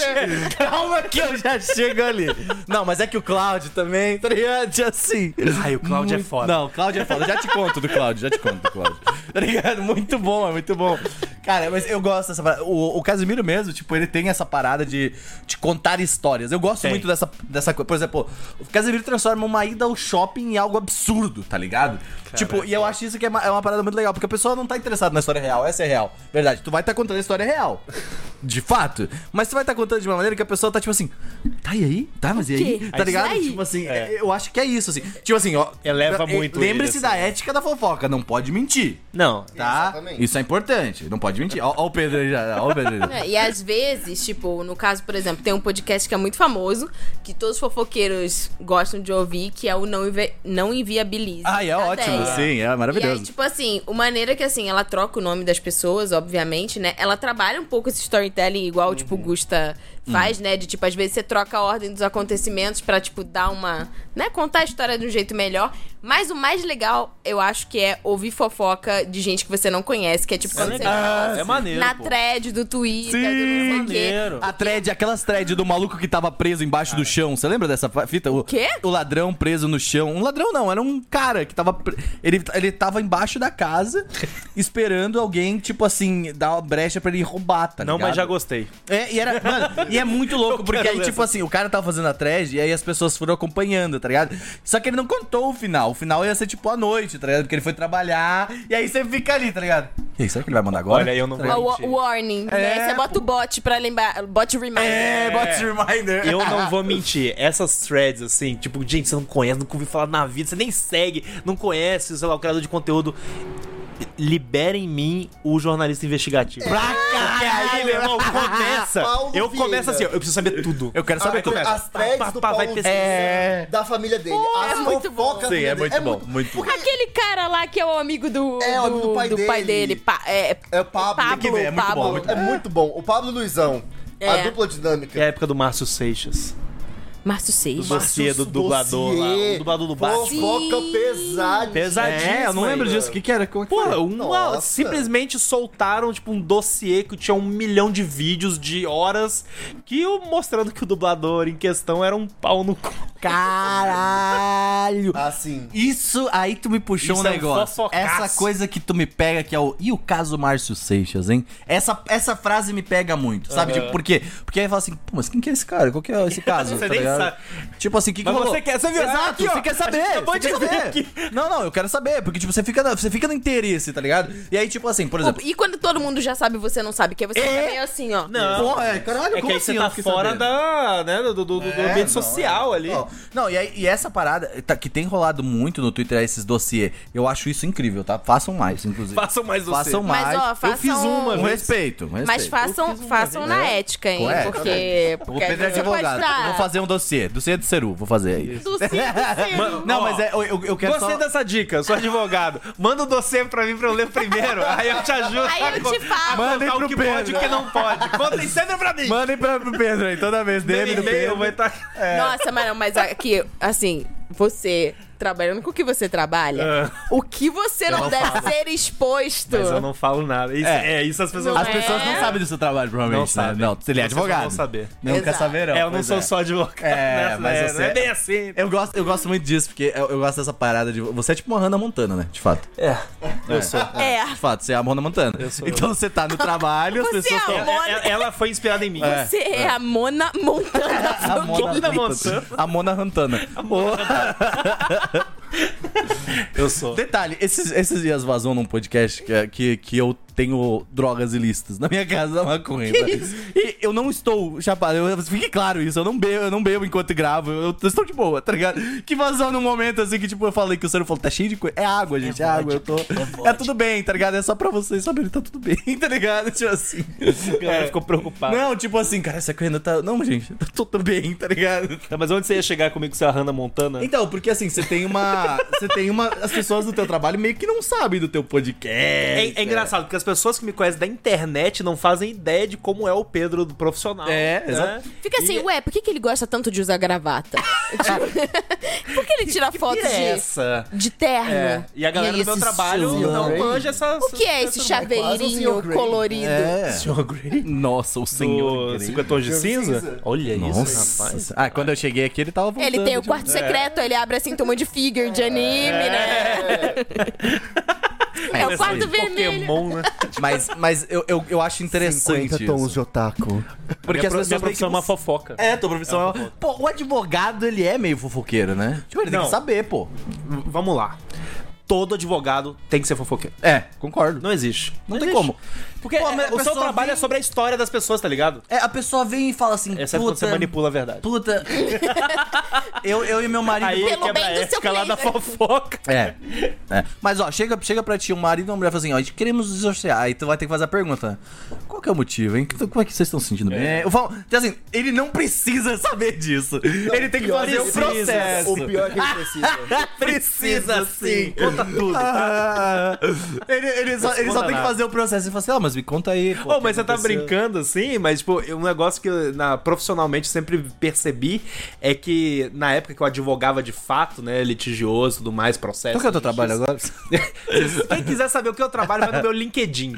S4: chego.
S1: calma que eu já chego ali. Não, mas é que o Cláudio também, tá ligado? Tipo Assim.
S4: Ai, o Cláudio é foda.
S1: Não, Cláudio é foda. Eu Já te conto do Cláudio, já te conto do Cláudio. Tá ligado? Muito bom, é muito bom. Cara, mas eu gosto dessa parada. O, o Casimiro mesmo, tipo, ele tem essa parada de, de contar histórias. Eu gosto
S4: Tem.
S1: muito dessa, dessa coisa. Por exemplo, o Casimiro transforma uma ida ao shopping em algo absurdo, tá ligado? tipo, e eu acho isso que é uma, é uma parada muito legal, porque a pessoa não tá interessada na história real, essa é real. Verdade, tu vai estar contando a história real. De fato. Mas tu vai estar contando de uma maneira que a pessoa tá tipo assim, tá e aí? Tá, mas e aí?
S2: quê?
S1: Tá ligado?
S2: E aí?
S1: Tipo assim, eu acho que é isso, assim. Tipo assim, ó.
S4: Eleva
S1: eh,
S4: muito
S1: Lembre-se
S4: ele, assim.
S1: da ética da fofoca, não pode mentir.
S4: Não.
S1: Tá?
S3: Exatamente.
S1: Isso é importante, não pode mentir. Ó, ó o Pedro aí já, ó o Pedro aí.
S2: É, E às vezes, tipo, no caso, por exemplo, tem um podcast que é muito famoso, que todos os fofoqueiros gostam de ouvir, que é o Não, Inve... não Inviabilize.
S1: Ah, é
S2: da
S1: ótimo,
S2: Déia.
S1: sim, é
S2: E aí,
S1: maravilhoso.
S2: tipo assim, o maneira que assim, ela troca o nome das pessoas, obviamente, né? Ela trabalha um pouco esse storytelling igual,
S1: Uhum.
S2: tipo, o Gusta faz, né? De tipo, às vezes você troca a ordem dos acontecimentos pra, tipo, dar uma. né, contar a história de um jeito melhor. Mas o mais legal, eu acho que é ouvir fofoca de gente que você não conhece, que é tipo
S4: É
S2: quando você
S4: legal.
S2: fala,
S4: É maneiro,
S2: na
S4: pô.
S2: thread do Twitter,
S4: Sim,
S2: do não sei o quê.
S4: maneiro.
S1: A thread, aquelas thread do maluco que tava preso embaixo do chão. Você lembra dessa fa- fita? O
S2: Ah. quê?
S1: O ladrão preso no chão. Um ladrão não, era um cara que tava. pre- Ele, ele tava embaixo da casa esperando alguém, tipo assim, dar uma brecha pra ele roubar, tá
S4: Não,
S1: ligado?
S4: mas já gostei.
S1: É, e era. Mano, e é muito louco, porque
S4: quero
S1: aí,
S4: ler
S1: tipo assim, o cara tava fazendo a thread e aí as pessoas foram acompanhando, tá ligado? Só que ele não contou o final. O final ia ser tipo à noite, tá ligado? Porque ele foi trabalhar e aí você fica ali, tá ligado? E aí, será que ele vai mandar agora?
S4: Olha, eu não
S1: Tá
S4: vou
S1: ligado?
S2: O-
S4: mentir.
S2: o warning,
S1: É,
S2: né? Você bota o bot pra lembrar. Bot reminder.
S1: É, bota esse reminder.
S4: Eu não vou mentir. Essas threads, assim, tipo, gente, você não conhece, nunca ouviu falar na vida, você nem segue, não conhece, sei lá, o criador de conteúdo. Libera em mim o jornalista investigativo. Pra caralho! Aí, meu irmão, começa!
S3: Paulo
S4: eu
S3: Vieira.
S4: começo assim, ó, eu preciso saber tudo.
S1: Ah, Eu quero saber é.
S4: Aí
S1: tudo.
S4: começa.
S3: As threads
S4: Pá,
S3: do
S4: pá,
S3: Paulo
S4: Ah, vai
S3: César,
S4: pesquisar.
S1: É.
S3: da família dele.
S2: Pô,
S3: As
S2: é muito bom.
S3: fofocas da
S1: Sim,
S3: família
S1: é
S3: dele.
S1: muito bom, muito bom.
S2: Aquele cara lá que é o amigo do.
S3: É, o amigo do pai dele.
S2: pa- é,
S3: É o Pablo.
S2: Pablo,
S1: que ver, é muito bom,
S2: Pablo.
S1: muito
S3: É muito bom. O Pablo Luizão, a
S2: É.
S3: dupla dinâmica.
S4: É a época do Márcio Seixas.
S2: Márcio Seixas.
S4: Márcio Você, do dublador lá, o dublador do Batman.
S3: Fofoca
S2: Sim.
S3: pesada.
S4: Pesadíssimo.
S1: É, eu não lembro
S4: aí.
S1: disso. O que, que era? Como é que
S4: Pô,
S1: foi?
S4: uma,
S3: Nossa.
S4: simplesmente soltaram, tipo, um dossiê que tinha um milhão de vídeos de horas que o- mostrando que o dublador em questão era um pau no cu.
S1: Caralho!
S3: Assim.
S1: Isso aí tu me puxou
S4: Isso
S1: um
S4: é um
S1: negócio.
S4: fofocaço.
S1: essa coisa que tu me pega, que é o. E o caso Márcio Seixas, hein? Essa, essa frase me pega muito, sabe? Tipo, por quê? Porque aí fala assim, pô, mas quem que é esse cara? Qual que é esse caso?
S4: Você
S1: Tá
S4: nem
S1: ligado?
S4: sabe.
S1: Tipo assim, o que, que
S4: Mas
S1: rolou?
S4: você quer- você viu?
S1: Exato,
S4: Aqui, ó,
S1: você quer saber.
S4: a gente acabou
S1: Você
S4: de
S1: quer
S4: ver
S1: saber.
S4: aqui.
S1: Não, não, eu quero saber. Porque, tipo, você fica, na- você fica no interesse, tá ligado? E aí, tipo assim, por exemplo.
S2: E quando todo mundo já sabe, você não sabe, que aí você
S1: É.
S2: fica meio assim, ó.
S4: Não.
S1: Pô, é, caralho,
S4: É que
S1: como
S4: aí
S1: assim
S4: você
S1: eu
S4: tá
S1: fiquei
S4: fora
S1: sabendo?
S4: da, né, do, do, do- do
S1: É,
S4: ambiente
S1: não,
S4: social
S1: é.
S4: ali.
S1: Ó, Não, e, aí- e essa parada tá- que tem rolado muito no Twitter, esses dossiê, eu acho isso incrível, tá? Façam mais, inclusive.
S4: Façam mais você.
S1: Façam um,
S2: Mas,
S1: mais.
S2: ó,
S1: eu fiz
S2: façam-
S1: uma, com respeito, com respeito.
S2: Mas façam, façam na ética, hein?
S1: né? Com ética,
S2: porque.
S1: O
S2: porque
S1: Pedro é
S2: você pode
S1: advogado.
S2: estar
S1: Vou fazer um dossiê. Dossiê do Ceru, vou fazer aí.
S2: Do circo, do circo.
S4: Mano,
S1: Não,
S4: Ó,
S1: mas é, eu, eu- eu quero
S4: Gostei
S1: só...
S4: dessa dica, sou advogado. Manda o dossiê pra mim pra eu ler primeiro. Aí eu te ajudo.
S2: Aí
S4: a
S2: eu
S4: co-
S2: te falo.
S4: a
S1: Mandem
S4: contar
S1: pro
S4: o que
S1: Pedro.
S4: pode e o que não pode. Contem sempre pra mim.
S1: Mandem pra, pro Pedro aí, toda vez.
S4: Meu
S1: DM do
S4: e-mail
S1: Pedro. É.
S4: vai tá- estar.
S2: Nossa, mano, mas aqui, assim, você trabalhando com o que você trabalha,
S4: É.
S2: o que você não, deve ser exposto.
S4: Mas eu não falo nada. Isso, é. isso as pessoas.
S2: Não
S1: As
S2: é.
S1: pessoas não sabem do seu trabalho, provavelmente.
S4: Não
S1: né?
S4: sabem.
S1: Não, ele é
S4: Vocês não
S1: advogado.
S4: vão saber.
S1: Nunca
S2: Exato.
S1: saberão.
S4: É, eu não
S1: pois
S4: sou só advogado.
S1: É,
S4: nessa,
S1: mas
S4: é,
S1: você-
S4: não é bem assim.
S1: Eu gosto, eu gosto muito disso, porque eu, eu gosto dessa parada de. Você é tipo uma Hannah Montana, né? De fato.
S4: É.
S1: Eu sou.
S2: É.
S1: De fato, você é a Hannah Montana.
S4: sou.
S1: Então você tá no trabalho, as
S2: Você
S1: pessoas
S2: é
S1: estão.
S2: uma- Mona-
S4: Então, Ela, ela foi inspirada em mim.
S2: Você é. a Mona Montana.
S1: A Mona
S4: Hannah
S1: Montana. A Mona Hantana.
S4: Eu sou.
S1: Detalhe, esses, esses dias vazou num podcast que, que, que eu tenho drogas ilícitas na minha casa da maconha. E eu não estou chapado, eu, fique claro isso, eu não bebo, eu não bebo enquanto gravo, eu, eu estou de boa, tá ligado? Que vazou num momento assim que, tipo, eu falei que o senhor falou, tá cheio de coisa. É água, gente, é, água, eu tô. É, tudo bem, tá ligado? É só pra vocês saberem que tá tudo bem, tá ligado? Tipo assim.
S4: A galera ficou preocupada.
S1: Não, tipo assim, cara, essa corrida tá. Não, gente, eu tô tudo bem, tá ligado?
S4: Tá, Mas onde você ia chegar comigo se a Hannah Montana?
S1: Então, porque assim, você tem uma. Você tem uma. As pessoas do teu trabalho meio que não sabem do teu
S4: É,
S1: podcast.
S4: é engraçado, porque as pessoas que me conhecem da internet não fazem ideia de como é o Pedro do profissional.
S1: É,
S4: né?
S1: exato.
S2: Fica assim, ué, por que, que ele gosta tanto de usar gravata? Tipo, por que ele tira foto
S4: pira é
S2: de,
S4: essa?
S2: de terno?
S4: É. E a galera do meu
S2: esse
S4: trabalho
S2: senhor?
S4: não manja essa. um
S2: O que é esse
S3: senhor
S2: chaveirinho
S3: Grey.
S2: colorido?
S4: É.
S1: É.
S4: Senhor Grey?
S1: Nossa, o
S4: Do
S1: senhor.
S4: 50 tons de
S3: Senhor
S4: cinza?
S3: cinza.
S4: Olha isso,
S1: Nossa.
S4: rapaz.
S1: Ah, quando eu cheguei aqui, ele tava voltando.
S2: Ele tem o
S1: de-
S4: É.
S2: quarto secreto, ele abre assim, tomando de figure de anime, né? É, o quarto
S4: Esse
S2: vermelho.
S4: Pokémon, né?
S1: Mas, mas eu, eu, eu acho interessante.
S3: 50 tons de otaku.
S1: Porque
S4: minha
S1: as
S4: pro-
S1: pessoas têm
S4: minha profissão é
S1: que...
S4: uma fofoca.
S1: É, tua profissão é uma... Pô, o advogado, ele é meio fofoqueiro, né? Tipo, ele tem
S4: Não.
S1: que saber, pô.
S4: V- Vamos lá. Todo advogado tem que ser fofoqueiro.
S1: É, concordo.
S4: Não existe.
S1: Não
S4: Não,
S1: tem
S4: existe.
S1: como.
S4: Porque
S1: Pô,
S4: é,
S1: mas a
S4: o seu
S1: pessoa
S4: trabalho
S1: vem-
S4: é sobre a história das pessoas, tá ligado?
S1: É, a pessoa vem e fala assim,
S4: Exceto É quando você
S1: puta,
S4: manipula a verdade.
S1: puta... eu, eu e meu marido...
S4: Aí
S2: Pelo
S4: quebra
S2: bem
S4: a
S2: do seu
S4: ética lá da
S2: cliente.
S4: fofoca.
S1: É. é. Mas ó, chega, chega pra ti um marido e uma mulher e fala assim, ó, queremos nos divorciar. Aí tu vai ter que fazer a pergunta. Qual que é o motivo, hein? Como é que vocês estão se sentindo bem? Eu falo, então, assim, ele não precisa saber disso. ele tem que
S3: pior
S1: fazer o
S3: precisa.
S1: processo.
S3: O pior é que ele precisa.
S1: Precisa sim.
S4: Conta tudo.
S1: Ah, ele, ele só, ele só
S4: Responda
S1: tem que
S4: nada.
S1: fazer o processo e fala assim, ah, mas me conta aí.
S4: Ô, mas você tá brincando assim, mas tipo, um negócio que eu, na, profissionalmente sempre percebi é que na época que eu advogava de fato, né, litigioso, tudo mais, processo.
S1: Qual que é o teu trabalho agora?
S4: Quem quiser saber o que eu trabalho, vai no meu LinkedIn.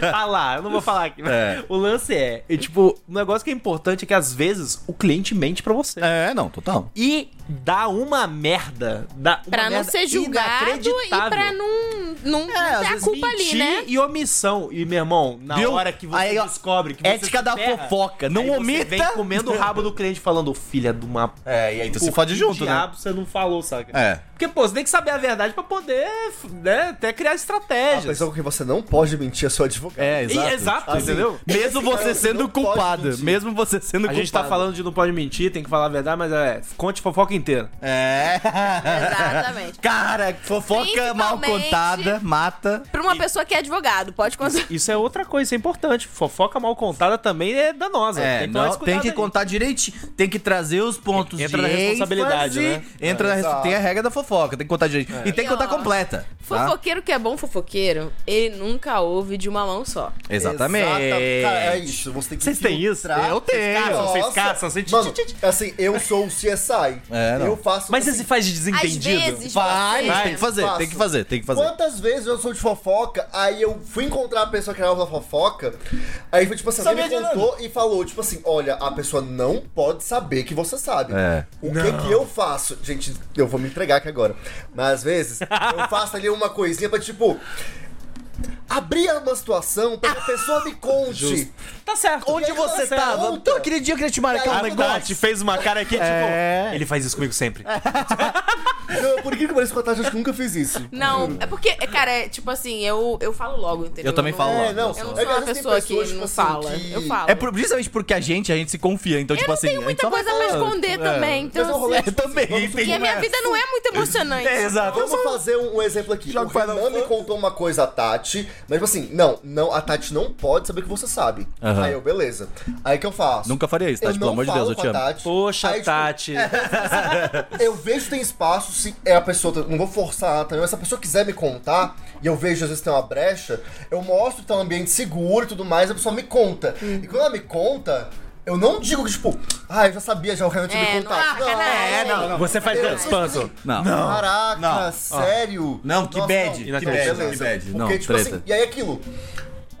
S4: tá lá, eu não vou falar aqui. mas
S1: É.
S4: O lance é, e, tipo, um negócio que é importante é que às vezes o cliente mente pra você.
S1: É, não, total.
S4: E dá uma merda. Dá uma
S2: Pra não
S4: merda
S2: ser julgado e
S4: inacreditável.
S2: pra não, não
S1: É, às
S2: ter a
S1: vezes
S2: culpa ali,
S4: Mentir
S2: né?
S4: e omissão. E, meu irmão, na
S1: Viu?
S4: hora que você
S1: Aí, ó,
S4: descobre que você
S1: Ética
S4: se
S1: da
S4: ferra,
S1: fofoca. Não
S4: aí você
S1: omita.
S4: vem comendo o rabo do cliente falando, filha de uma...
S1: É, e aí tu se
S4: puta,
S1: fode
S4: que
S1: junto, né?
S4: diabo você não falou, saca?
S1: É.
S4: Porque, pô, você tem que saber a verdade pra poder, né, até criar
S3: A
S4: estratégias.
S3: pessoa com quem você não pode mentir é seu advogado.
S1: É,
S4: E-
S1: exato.
S4: exato,
S3: Assim,
S4: entendeu?
S1: Mesmo você
S3: cara
S1: sendo
S3: não pode
S1: culpado.
S3: mentir.
S1: Mesmo você sendo
S4: A
S1: culpado.
S4: gente tá falando de não pode mentir, tem que falar a verdade, mas é, conte fofoca inteira.
S1: É.
S2: Exatamente.
S1: Cara, fofoca mal
S2: Principalmente-
S1: contada mata.
S2: Pra uma pessoa que é advogado, pode contar.
S4: Isso é outra coisa, isso é importante. Fofoca mal contada também é danosa.
S1: É,
S4: tem que, tomar
S1: não,
S4: esse
S1: tem
S4: cuidado
S1: que
S4: aí.
S1: contar direitinho, tem que trazer os pontos
S4: Entra
S1: de
S4: na responsabilidade,
S1: ênfase,
S4: né?
S1: Entra na, res-
S3: É, Exato. É.
S1: tem a regra da fofoca, tem que contar direito. E tem que contar
S2: ó,
S1: completa. tá?
S2: Fofoqueiro que é bom fofoqueiro, ele nunca ouve de uma mão só.
S1: Exatamente.
S3: Exata- Cara, é isso. Você tem que
S4: Vocês têm isso?
S3: filtrar.
S1: Eu tenho.
S4: Vocês caçam, vocês
S3: Nossa.
S4: caçam, vocês...
S3: Mano, assim, eu sou o CSI.
S1: É, não.
S3: eu faço.
S4: Mas você
S3: assim,
S4: se faz de
S2: Às
S4: desentendido?
S2: vezes,
S1: Vai,
S2: você-
S1: tem que fazer, tem que fazer, tem que fazer.
S3: Quantas vezes eu sou de fofoca, aí eu fui encontrar a pessoa que era da fofoca, aí foi tipo assim, alguém me
S4: Sabia de
S3: contou e falou, tipo assim, olha, a pessoa não pode saber que você sabe.
S1: É.
S3: O que que eu faço? Gente, eu vou me entregar aqui agora. Mas às vezes, eu faço ali uma coisinha pra tipo... Abrir uma situação pra que a pessoa me conte.
S4: Tá certo.
S3: Onde
S1: Onde você
S3: Essa
S1: tava?
S3: outra.
S1: Então, aquele dia eu queria te
S3: E
S1: marcar
S3: aí,
S1: um
S4: A
S1: negócio.
S4: Nath fez uma cara aqui, tipo,
S1: É.
S4: ele faz isso comigo sempre.
S3: Não, por que que pareça com a Tati? Acho que nunca fiz isso.
S2: Não, é porque, é, cara, é tipo assim, eu, eu falo logo, entendeu?
S1: Eu também
S2: não-
S1: falo.
S3: É,
S2: Eu
S3: não,
S2: não
S3: é
S2: sou
S3: que
S2: uma
S3: às vezes tem
S2: pessoa que
S3: pessoas, tipo
S2: não
S3: assim,
S2: fala.
S3: que-
S2: Eu falo.
S1: É por- justamente porque a gente, a gente se confia, então,
S2: Eu
S1: tipo
S2: não
S1: assim.
S2: tenho
S1: a gente
S2: muita
S1: só vai
S2: coisa pra
S1: falando.
S2: esconder também.
S3: Mas é um
S2: Então,
S3: rolê
S2: assim,
S1: Eu também. tem
S2: porque a minha
S1: uma-
S2: vida não é muito emocionante.
S1: É, exato.
S3: Vamos fazer um, um exemplo aqui.
S1: Joga
S3: o
S1: o Final
S3: Renan me
S1: Fantasy.
S3: contou uma coisa à Tati, mas tipo assim, não, não, a Tati não pode saber o que você sabe.
S1: Aham.
S3: Aí eu, beleza. Aí o que eu faço?
S1: Nunca faria isso,
S3: eu
S1: Tati, pelo
S3: não
S1: amor de
S3: falo
S1: Deus, eu
S3: com
S1: te
S3: a
S1: amo.
S3: Tati.
S4: Poxa,
S3: Aí, tipo,
S4: Tati.
S3: Eu vejo se tem espaço, se é a pessoa. Não vou forçar ela também, mas se a pessoa quiser me contar, e eu vejo às vezes tem uma brecha, eu mostro que tá um ambiente seguro e tudo mais, a pessoa me conta. E quando ela me conta, eu não digo que, tipo, ah, eu já sabia, já o Renan tinha
S2: É,
S3: me
S2: não
S3: contado.
S2: é sacanagem. É, não,
S4: Você faz
S3: Eu-
S4: tantos puzzles.
S1: Não.
S3: Ah, Caraca,
S4: Não. Ó.
S3: sério?
S1: Não, que bad,
S3: não,
S4: que
S3: não, beleza.
S4: bad,
S1: que bad.
S3: Porque,
S1: Não,
S3: tipo
S1: treta.
S3: assim, e aí aquilo.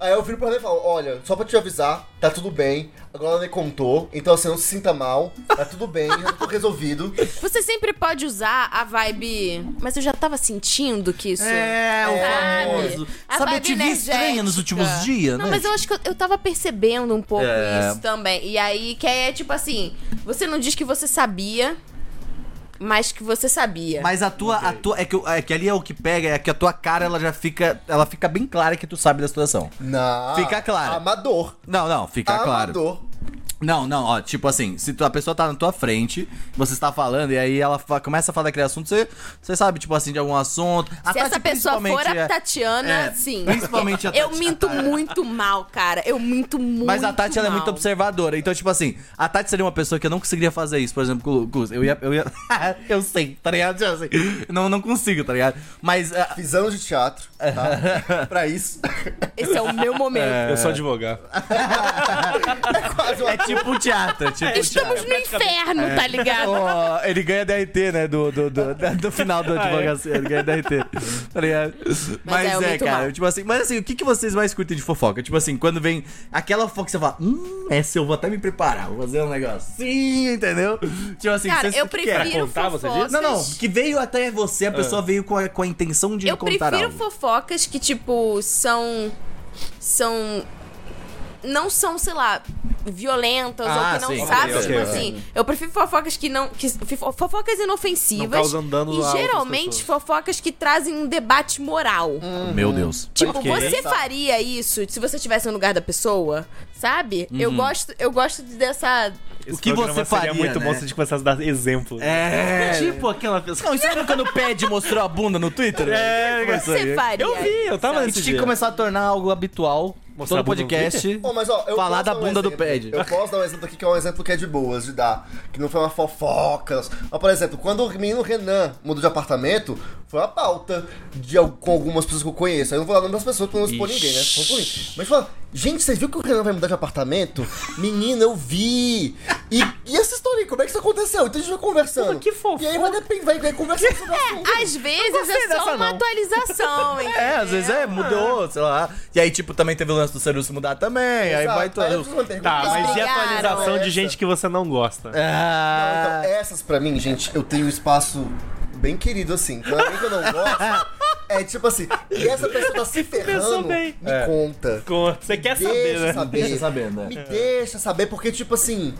S3: Aí eu viro pra ela e falo, olha, só pra te avisar, tá tudo bem. Agora ela me contou, então assim, não se sinta mal, tá tudo bem, já tô resolvido.
S2: Você sempre pode usar a vibe. Mas eu já tava sentindo que isso.
S1: É, o
S2: Sabe?
S1: famoso.
S2: A
S1: Sabe, eu
S2: vibe
S1: te vi estranha nos
S2: energética.
S1: últimos dias,
S2: não,
S1: né?
S2: mas eu acho que eu, eu tava percebendo um pouco
S1: É.
S2: isso também. E aí, que é tipo assim: você não diz que você sabia, mas que você sabia.
S1: Tipo, Mas a tua, a tua é, que, eu- é que ali é o que pega, é que a tua cara ela já fica, ela fica bem clara que tu sabe da situação.
S3: Não.
S1: Fica claro.
S3: Amador.
S1: Não, não, fica claro.
S3: Tá Amador.
S1: Não, não, ó, tipo assim, se tu- a pessoa tá na tua frente, você está falando, e aí ela fa- começa a falar daquele assunto, você, você sabe, tipo assim, de algum assunto. A
S2: Se essa
S1: Tati,
S2: pessoa for
S1: principalmente,
S2: a
S1: é-
S2: Tatiana,
S1: é,
S2: sim.
S1: Principalmente a Tati.
S2: Eu minto muito mal, cara. Eu minto muito
S1: Mas a Tati, ela é muito
S2: mal.
S1: observadora. Então, tipo assim, a Tati seria uma pessoa que eu não conseguiria fazer isso. Por exemplo, com o Gus. Eu ia. Eu, ia... eu sei, tá ligado? Eu sei. Não, não consigo, tá ligado? Mas. ah,
S3: Fiz anos de teatro, tá? pra isso.
S2: Esse é o meu momento.
S4: Eu sou advogado.
S3: Quase uma
S1: é tipo teatro. é
S2: um
S1: Tipo teatro.
S2: Estamos no inferno,
S4: é.
S2: tá ligado?
S1: Ó, ele ganha DRT, né? Do, do, do, da- do final
S4: Ah,
S1: da
S4: é.
S1: advocacia. Ele ganha DRT. Tá ligado? Mas,
S2: é, eu
S1: é,
S2: minto
S1: cara.
S2: mal.
S1: Tipo assim, mas assim, o que, que vocês mais curtem de fofoca? Tipo assim, quando vem aquela fofoca que você fala, hum, essa eu vou até me preparar, vou fazer um negócio. Sim, entendeu? Tipo assim,
S2: Cara,
S1: vocês-
S2: eu
S1: o que que é?
S2: prefiro
S4: contar, você disse?
S2: fofocas.
S1: Não, não, que veio até você, a pessoa veio com a, com a intenção de
S2: Eu
S1: contar
S2: prefiro
S1: algo.
S2: fofocas que, tipo, são. São. Não são, sei lá, violentas
S1: Ah,
S2: ou que não
S1: sim.
S2: sabe.
S4: Ok,
S2: tipo
S4: ok,
S2: assim, eu prefiro fofocas que não. Que, fo- fofocas inofensivas.
S4: Não causam dano a
S2: e
S4: outras
S2: geralmente
S4: pessoas.
S2: fofocas que trazem um debate moral.
S1: Meu Deus.
S2: Tipo,
S4: Ok.
S2: você faria isso se você estivesse no lugar da pessoa, sabe?
S4: Uhum.
S2: Eu gosto, eu gosto dessa.
S1: O que você faria,
S4: muito
S1: né?
S4: bom se a gente começasse a dar exemplo.
S1: É.
S4: Tipo aquela pessoa.
S1: Não, isso não quando o Pad mostrou a bunda no Twitter?
S4: É,
S1: Foi
S4: cara.
S1: isso
S2: Você
S1: aí.
S2: faria.
S4: Eu vi, eu tava
S1: A gente
S4: nesse
S1: tinha
S4: Tá, dia.
S1: que começar a tornar algo habitual.
S4: Mostrar
S1: todo
S4: a bunda no
S1: podcast.
S3: Ó, mas, ó, eu
S1: falar
S3: posso
S1: da
S3: dar um
S1: bunda do
S3: exemplo.
S1: Pad.
S3: Eu posso dar um exemplo aqui que é um exemplo que é de boas de dar. Que não foi uma fofoca. Mas, por exemplo, quando o menino Renan mudou de apartamento, foi uma pauta de, al- com algumas pessoas que eu conheço. Aí eu não vou falar o nome das pessoas pra não expor
S1: Ixi.
S3: ninguém, né? Vamos por mim. Mas fala, gente, vocês viram que o Renan vai mudar de apartamento? Menina, eu vi! E, e essa história aí, como é que isso aconteceu? Então a gente vai conversando.
S4: Pô, que fofoca.
S3: E aí vai, depender, vai, vai conversando sobre o assunto.
S2: Às vezes é
S4: dessa,
S2: só uma
S4: não.
S2: atualização, entendeu?
S1: É, às vezes é, mudou, sei lá. E aí, tipo, também teve o lance do Ceru se mudar também. Aí
S3: Exato.
S1: vai
S3: Aí eu
S1: todo.
S3: fiz uma pergunta.
S4: Tá, mas e a
S2: Obrigada.
S4: atualização de
S3: né, Essa.
S4: gente que você não gosta?
S1: Ah,
S3: Então, essas pra mim, gente, eu tenho um espaço bem querido, assim. Quando alguém que eu não gosto, é tipo assim, e essa pessoa tá se ferrando,
S4: bem.
S3: me
S1: É.
S3: conta.
S4: Com- Você quer saber,
S3: Deixa
S4: né?
S3: saber.
S1: Deixa saber, né?
S3: Me deixa saber, porque tipo assim,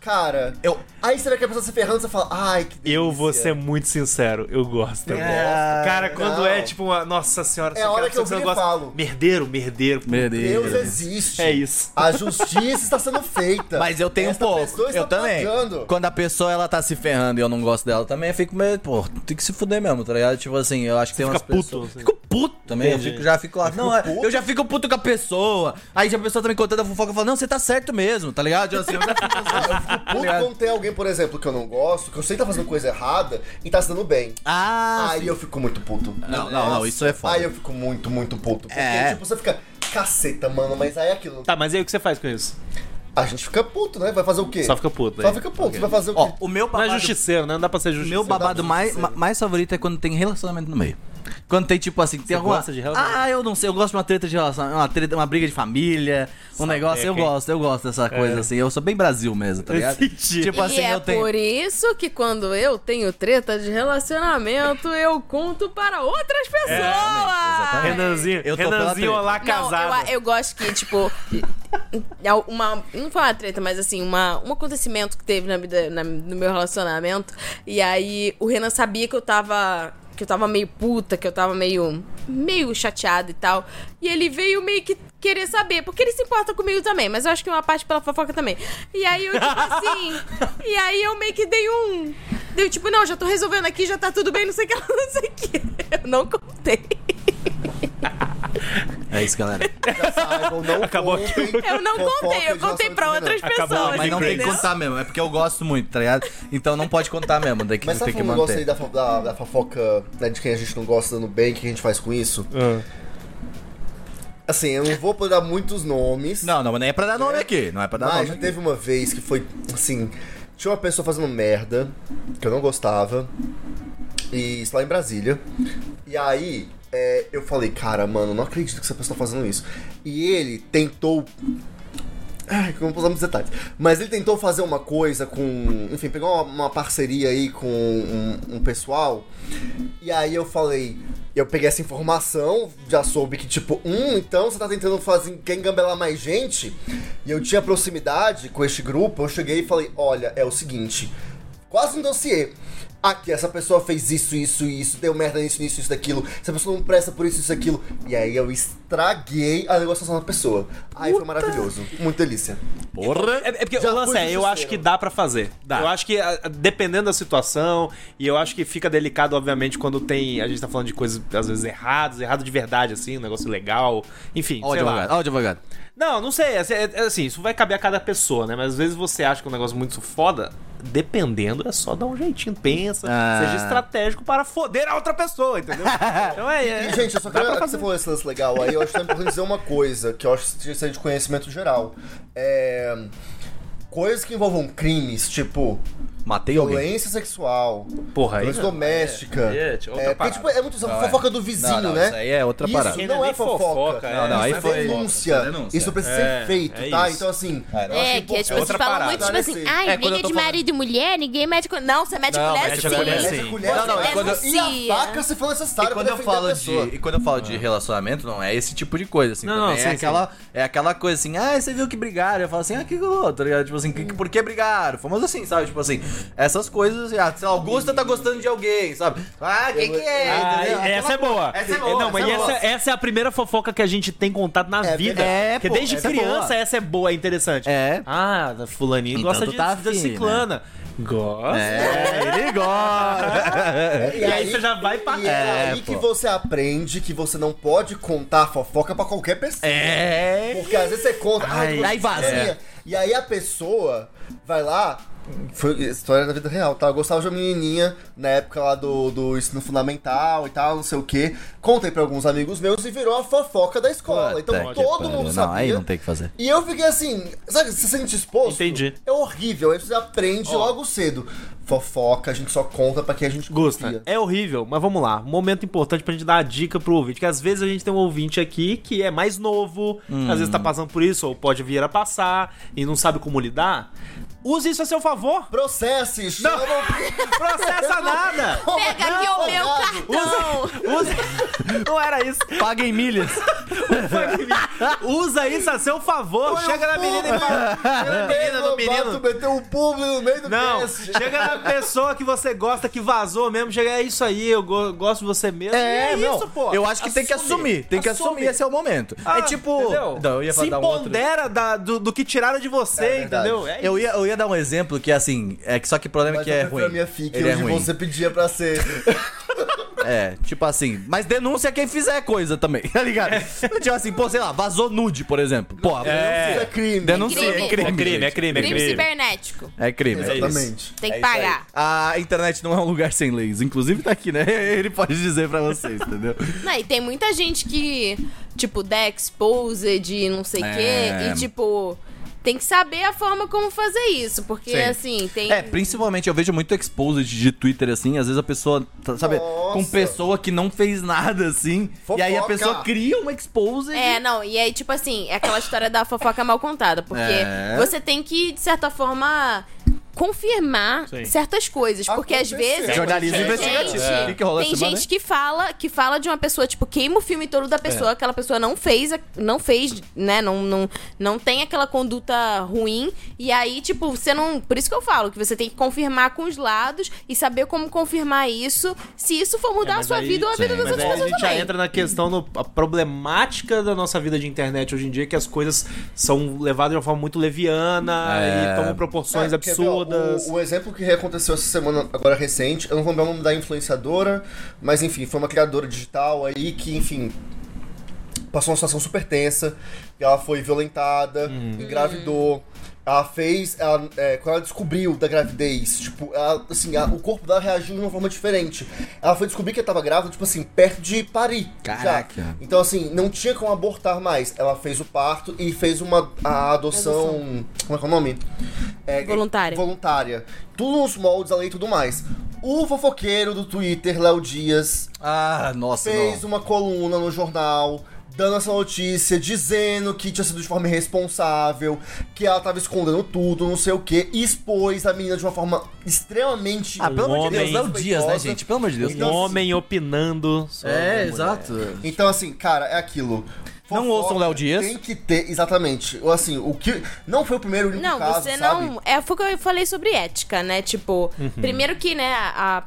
S3: cara,
S1: Eu-
S3: aí você vê que a pessoa tá se ferrando, você fala, ai, que delícia. Ah,
S4: Eu vou ser muito sincero, eu gosto também.
S1: É.
S4: Cara, quando
S3: Não.
S4: é tipo uma. Nossa senhora,
S3: É
S4: você
S3: a hora
S4: quer-
S3: que eu
S4: você
S3: viro
S4: não
S3: e
S4: gosta-
S3: falo.
S4: Merdeiro, merdeiro.
S1: Meu
S3: Deus
S1: Deus.
S3: existe.
S4: É isso.
S3: A justiça está sendo feita.
S1: Mas eu tenho um
S3: Esta
S1: pouco.
S3: pessoa está
S1: Eu também.
S3: pagando.
S1: Quando a pessoa ela tá se ferrando e eu não gosto dela também, eu fico meio, pô, tem que se fuder mesmo, tá ligado? Tipo assim, eu acho que tem
S4: fica
S1: umas
S4: puto,
S1: pessoas.
S4: assim.
S1: Fico puto também, eu
S4: Entendi.
S1: fico, já fico lá. não, é-
S3: puto?
S1: eu já fico puto com a pessoa. Aí a pessoa tá me contando a fofoca e fala, não, você tá certo mesmo, tá ligado? Eu, assim, eu já fico assim, eu fico puto
S3: Puto
S1: ligado?
S3: quando tem alguém, por exemplo, que eu não gosto, que eu sei que tá fazendo coisa errada e tá se dando bem.
S1: Ah,
S3: Aí
S1: sim.
S3: eu fico muito puto.
S1: Não, não, não, isso é foda.
S3: Aí eu fico muito, muito puto. Porque,
S1: É.
S3: tipo, você fica, caceta, mano, mas aí é aquilo.
S4: Tá, mas e aí o que você faz com isso?
S3: A gente fica puto, né? Vai fazer o quê?
S4: Só fica puto,
S3: Só
S4: né?
S3: fica puto.
S4: Ok.
S3: Vai fazer o
S1: Ó,
S3: quê?
S1: o meu
S4: Não é
S1: babado,
S4: justiceiro, né? Não dá pra ser
S1: o
S4: justiceiro.
S1: meu babado
S3: dá
S1: mais,
S3: justiça.
S1: ma- mais favorito é quando tem relacionamento no meio. Quando tem, tipo assim, tem alguma.
S4: gosta de relacionamento?
S1: ah, eu não sei, eu gosto de uma treta de relação, uma, treta, uma briga de família, um negócio. Eu
S4: quem- É.
S1: gosto, eu gosto dessa coisa assim. Eu sou bem Brasil mesmo, tá ligado?
S4: Entendi.
S1: Tipo assim,
S2: e é
S1: eu tenho.
S2: por isso que quando eu tenho treta de relacionamento, eu conto para outras pessoas.
S1: É, exatamente.
S4: Renanzinho,
S1: Eu tô pela
S4: Renanzinho,
S1: treta.
S4: olá,
S2: Não,
S4: casado.
S2: eu, eu gosto que, tipo, uma. Não foi uma treta, mas assim, uma, um acontecimento que teve na vida, na- no meu relacionamento. E aí o Renan sabia que eu tava. Que eu tava meio puta, que eu tava meio. meio chateada e tal. E ele veio meio que querer saber, porque ele se importa comigo também, mas eu acho que é uma parte pela fofoca também. E aí eu, tipo assim. e aí eu meio que dei um. Deu tipo, não, já tô resolvendo aqui, já tá tudo bem, não sei o que, não sei o que. Eu não contei.
S1: É isso, galera.
S3: Já saibam, não
S4: Acabou
S3: contem
S2: Eu não
S3: fofoca
S2: contei, eu
S3: de relação
S2: contei
S3: de
S2: pra
S3: menor.
S2: outras
S4: Acabou,
S2: pessoas.
S1: Mas não tem que
S2: entendeu?
S1: contar mesmo, é porque eu gosto muito, tá ligado? Então não pode contar mesmo, daqui
S3: Mas
S1: não
S3: sabe
S1: tem que
S3: um negócio aí
S1: manter.
S3: da, fo- da, da fofoca, né, de quem a gente não gosta dando bem, o que a gente faz com isso?
S4: Ah.
S3: Assim, eu não vou poder dar muitos nomes.
S1: Não, não, mas nem é pra dar nome aqui. Não é pra dar
S3: Mas
S1: nome. aqui.
S3: teve uma vez que foi assim: tinha uma pessoa fazendo merda que eu não gostava, e isso lá em Brasília. E aí é, eu falei: Cara, mano, não acredito que essa pessoa tá fazendo isso. E ele tentou. Ai, que eu não vou usar muitos detalhes. Mas ele tentou fazer uma coisa com. Enfim, pegou uma, uma parceria aí com um, um pessoal. E aí eu falei. Eu peguei essa informação, já soube que, tipo, hum, então você tá tentando fazer quem gambelar mais gente? E eu tinha proximidade com este grupo, eu cheguei e falei, olha, é o seguinte, quase um dossiê. Aqui, essa pessoa fez isso, isso, isso, deu merda nisso, nisso, isso, daquilo, essa pessoa não presta por isso, isso, aquilo. E aí eu estraguei a negociação da pessoa. Aí foi maravilhoso. Muito delícia.
S1: Porra!
S4: É, é porque
S3: Já
S4: o lance
S3: fui
S4: é, eu
S3: sincero.
S4: acho que dá pra fazer.
S1: Dá.
S4: Eu acho que a- a- dependendo da situação, e eu acho que fica delicado, obviamente, quando tem. A gente tá falando de coisas, às vezes, erradas, errado de verdade, assim, um negócio legal. Enfim,
S1: Ó, o
S4: sei lá.
S1: advogado, ó, o advogado.
S4: Não, não sei. Assim, é- é assim, isso vai caber a cada pessoa, né? Mas às vezes você acha que é um negócio muito foda. Dependendo, é só dar um jeitinho. Pensa,
S1: Ah.
S4: seja estratégico para foder a outra pessoa, entendeu? então é. é
S3: E, gente, eu só
S4: dá
S3: quero que
S4: pra
S3: você
S4: fazer.
S3: falou esse lance legal aí. Eu acho que é importante dizer uma coisa, que eu acho que isso é de conhecimento geral. É. Coisas que envolvam crimes, tipo
S1: Matei alguém.
S3: violência sexual,
S4: Porra, aí.
S3: violência
S4: não.
S3: doméstica.
S4: Aí é-
S3: É,
S4: outra
S3: porque,
S4: parada.
S3: tipo, é muito essa
S1: Não,
S3: fofoca
S1: é.
S3: do vizinho,
S1: Não, não,
S3: né?
S1: isso aí é outra
S3: isso
S1: parada.
S4: Isso
S3: não
S4: aí
S3: é
S4: é
S3: fofoca.
S4: fofoca,
S1: Não, não, aí
S3: isso
S1: foi-
S3: é denúncia.
S1: Isso é denúncia.
S3: Isso precisa
S4: É,
S3: ser feito,
S4: é
S3: tá?
S4: isso.
S3: Então, assim.
S1: Cara, eu
S2: É,
S1: acho
S2: que as
S1: importante.
S2: pessoas
S4: outra
S2: falam
S4: parada.
S2: muito, tipo assim,
S3: Esclarecer.
S2: ai,
S1: É, quando eu
S2: briga
S1: tô
S2: de
S1: falando-
S2: marido e mulher, ninguém mete com... Não, você mete
S1: Não,
S2: mulher
S1: mete
S2: sim.
S1: a colher, sim.
S3: Colher,
S1: Não, não,
S3: é
S1: e quando-
S3: E a faca, você falou necessário
S1: E quando
S3: pra
S1: eu
S3: defender a
S1: falo de
S3: pessoa.
S1: e quando eu falo de relacionamento não é esse tipo de coisa assim
S4: Ah. Não,
S1: também
S4: não,
S1: é
S4: sim,
S1: aquela é aquela coisa assim ah você viu que brigaram eu falo assim ah que rolou tá ligado tipo assim que, que- por que brigaram famoso assim sabe tipo assim essas coisas ah, sei lá, Augusta tá gostando de alguém sabe ah quem que é
S4: Ah,
S1: Entendeu? Aquela
S4: essa é
S1: coisa.
S4: boa.
S1: essa é boa
S4: Não, mas
S1: essa é
S4: essa,
S1: boa.
S4: essa é a primeira fofoca que a gente tem contato na
S3: É
S4: vida.
S3: verdade.
S1: É,
S4: Porque
S1: pô,
S4: desde
S1: essa é
S4: criança
S1: boa.
S4: essa é boa, é interessante.
S1: É.
S4: Ah, fulaninho
S1: Então
S4: gosta
S1: tu
S4: de,
S1: tá
S4: da
S1: afim,
S4: ciclana. Gosta.
S1: é ele gosta
S3: E,
S4: aí você já vai pra-
S3: E é
S1: É,
S3: aí que
S1: pô.
S3: você aprende que você não pode contar fofoca pra qualquer pessoa.
S1: é
S3: Porque às vezes você conta. ah,
S1: Ai,
S3: eu tô
S1: aí vaza.
S3: sozinha.
S1: É.
S3: E aí a pessoa vai lá. Foi história da vida real, tá? Eu gostava de uma menininha na época lá do, do ensino fundamental e tal, não sei o quê. Contei pra alguns amigos meus e virou a fofoca da escola.
S1: Puta
S3: então
S1: que
S3: todo
S1: pariu.
S3: mundo
S1: Não,
S3: sabia.
S1: aí não tem o que fazer.
S3: E eu fiquei assim, sabe, você se sente exposto?
S4: Entendi.
S3: É horrível, aí você aprende logo cedo. Fofoca, a gente só conta pra quem a gente
S4: Gusta,
S3: confia.
S4: é horrível, mas vamos lá. Um momento importante pra gente dar a dica pro ouvinte. Porque às vezes a gente tem um ouvinte aqui que é mais novo, às
S1: Hum.
S4: vezes tá passando por isso, ou pode vir a passar e não sabe como lidar. Use isso a seu favor.
S3: Processe, chama o...
S4: Processa nada!
S2: Pega aqui o meu cartão.
S4: Use... Não era isso.
S1: paga em milhas
S4: Usa isso a seu favor.
S3: Foi
S4: chega
S3: um
S4: na menina e fala. Chega na menina do menino.
S3: Meteu um pulo no meio do
S4: Não,
S3: cast.
S4: chega na pessoa que você gosta, que vazou mesmo. Chega, é isso aí, eu go- gosto de você mesmo.
S1: É,
S4: E
S1: não.
S4: isso, pô.
S1: Eu acho que tem que assumir. Tem que assumir, esse é o momento.
S4: Ah,
S1: é tipo.
S4: entendeu?
S1: Não, eu ia
S4: Se
S1: falar um outro.
S4: pondera da- do, do que tiraram de você,
S3: É verdade.
S4: entendeu? É
S1: Eu ia, eu ia dar um exemplo que é assim, é que só que o problema é
S3: Mas
S1: que
S3: eu
S1: é
S3: prefiro
S1: ruim.
S3: a minha fique,
S1: Ele é
S3: onde
S1: ruim.
S3: você pedia pra ser.
S1: É, tipo assim, mas denúncia quem fizer coisa também, tá ligado? Tipo assim, pô, sei lá, vazou nude, por exemplo. Pô,
S3: Isso é crime.
S1: denuncia,
S2: crime.
S1: é crime.
S4: É crime, é crime, é
S2: Crime
S4: crime.
S2: cibernético.
S1: É crime. é isso.
S3: Exatamente.
S2: Tem que
S1: É isso aí.
S2: pagar.
S1: A internet não é um lugar sem leis. Inclusive tá aqui, né? Ele pode dizer pra vocês, entendeu?
S2: Não, e tem muita gente que, tipo, der exposed e não sei o
S1: É.
S2: quê. E, tipo, tem que saber a forma como fazer isso. Porque,
S1: Sim.
S2: assim, tem...
S1: É, principalmente eu vejo muito exposed de Twitter, assim, às vezes a pessoa, tá- sabe,
S3: Nossa.
S1: com pessoa que não fez nada, assim, e aí a
S3: Fofoca.
S1: pessoa cria uma exposed.
S2: É, não, e aí, tipo assim, é aquela história da fofoca mal contada, porque
S1: É.
S2: você tem que, de certa forma, confirmar
S4: Sim.
S2: certas coisas. porque às
S3: Aconteceu.
S2: vezes.
S1: Jornalismo
S3: Gente,
S1: investigativo. O que, que rolou
S2: É. Tem
S1: essa semana?
S2: gente que fala, que fala de uma pessoa, tipo, queima o filme todo da
S4: É.
S2: pessoa, aquela pessoa não fez, a- não fez, né, não, não, não tem aquela conduta ruim, e aí, tipo, você não, por isso que eu falo, que você tem que confirmar com os lados e saber como confirmar isso, se isso for mudar a
S4: É, mas
S2: sua
S4: aí-
S2: vida ou a
S1: sim,
S2: vida das
S4: Mas
S2: outras
S4: aí a
S2: pessoas
S4: gente já
S2: também.
S4: entra na questão, no, a problemática da nossa vida de internet hoje em dia, que as coisas são levadas de uma forma muito leviana
S1: É.
S4: e tomam proporções
S3: É, quer ver, ó,
S4: absurdas.
S3: O, o exemplo que aconteceu essa semana, agora recente, eu não vou lembrar o nome da influenciadora, mas enfim, foi uma criadora digital aí que, enfim, passou uma situação super tensa. e Ela foi violentada, engravidou. Ela fez. Ela, é, quando ela descobriu da gravidez, tipo, ela, assim, ela- o corpo dela reagiu de uma forma diferente. Ela foi descobrir que ela tava grávida, tipo assim, perto de Paris. já.
S1: Caraca.
S3: Então, assim, não tinha como abortar mais. Ela fez o parto e fez uma a adoção. Como é que é o nome? É,
S2: Voluntária.
S3: Voluntária. Tudo nos moldes, a lei e tudo mais. O fofoqueiro do Twitter, Léo Dias,
S1: Ah, nossa,
S2: um
S3: fez
S1: não.
S3: uma coluna no jornal dando essa notícia, dizendo que tinha sido de forma irresponsável, que ela tava escondendo tudo, não sei o que, e expôs a menina de uma forma extremamente.
S1: Ah, pelo amor de Deus,
S4: homem-
S1: Léo Dias, né, gente? Pelo amor de Deus.
S4: Um
S2: Então,
S4: homem opinando sobre uma
S1: É,
S4: mulher.
S1: exato.
S3: Então, assim, cara, é aquilo.
S1: Não
S3: Fofoca
S1: ouçam Léo Dias.
S3: Tem que ter, exatamente. Ou Assim, o que. Não foi o primeiro e único
S2: Não,
S3: caso,
S2: você
S3: sabe?
S2: não. É, foi o que eu falei sobre ética, né? Tipo,
S1: Uhum.
S2: primeiro que, né, a.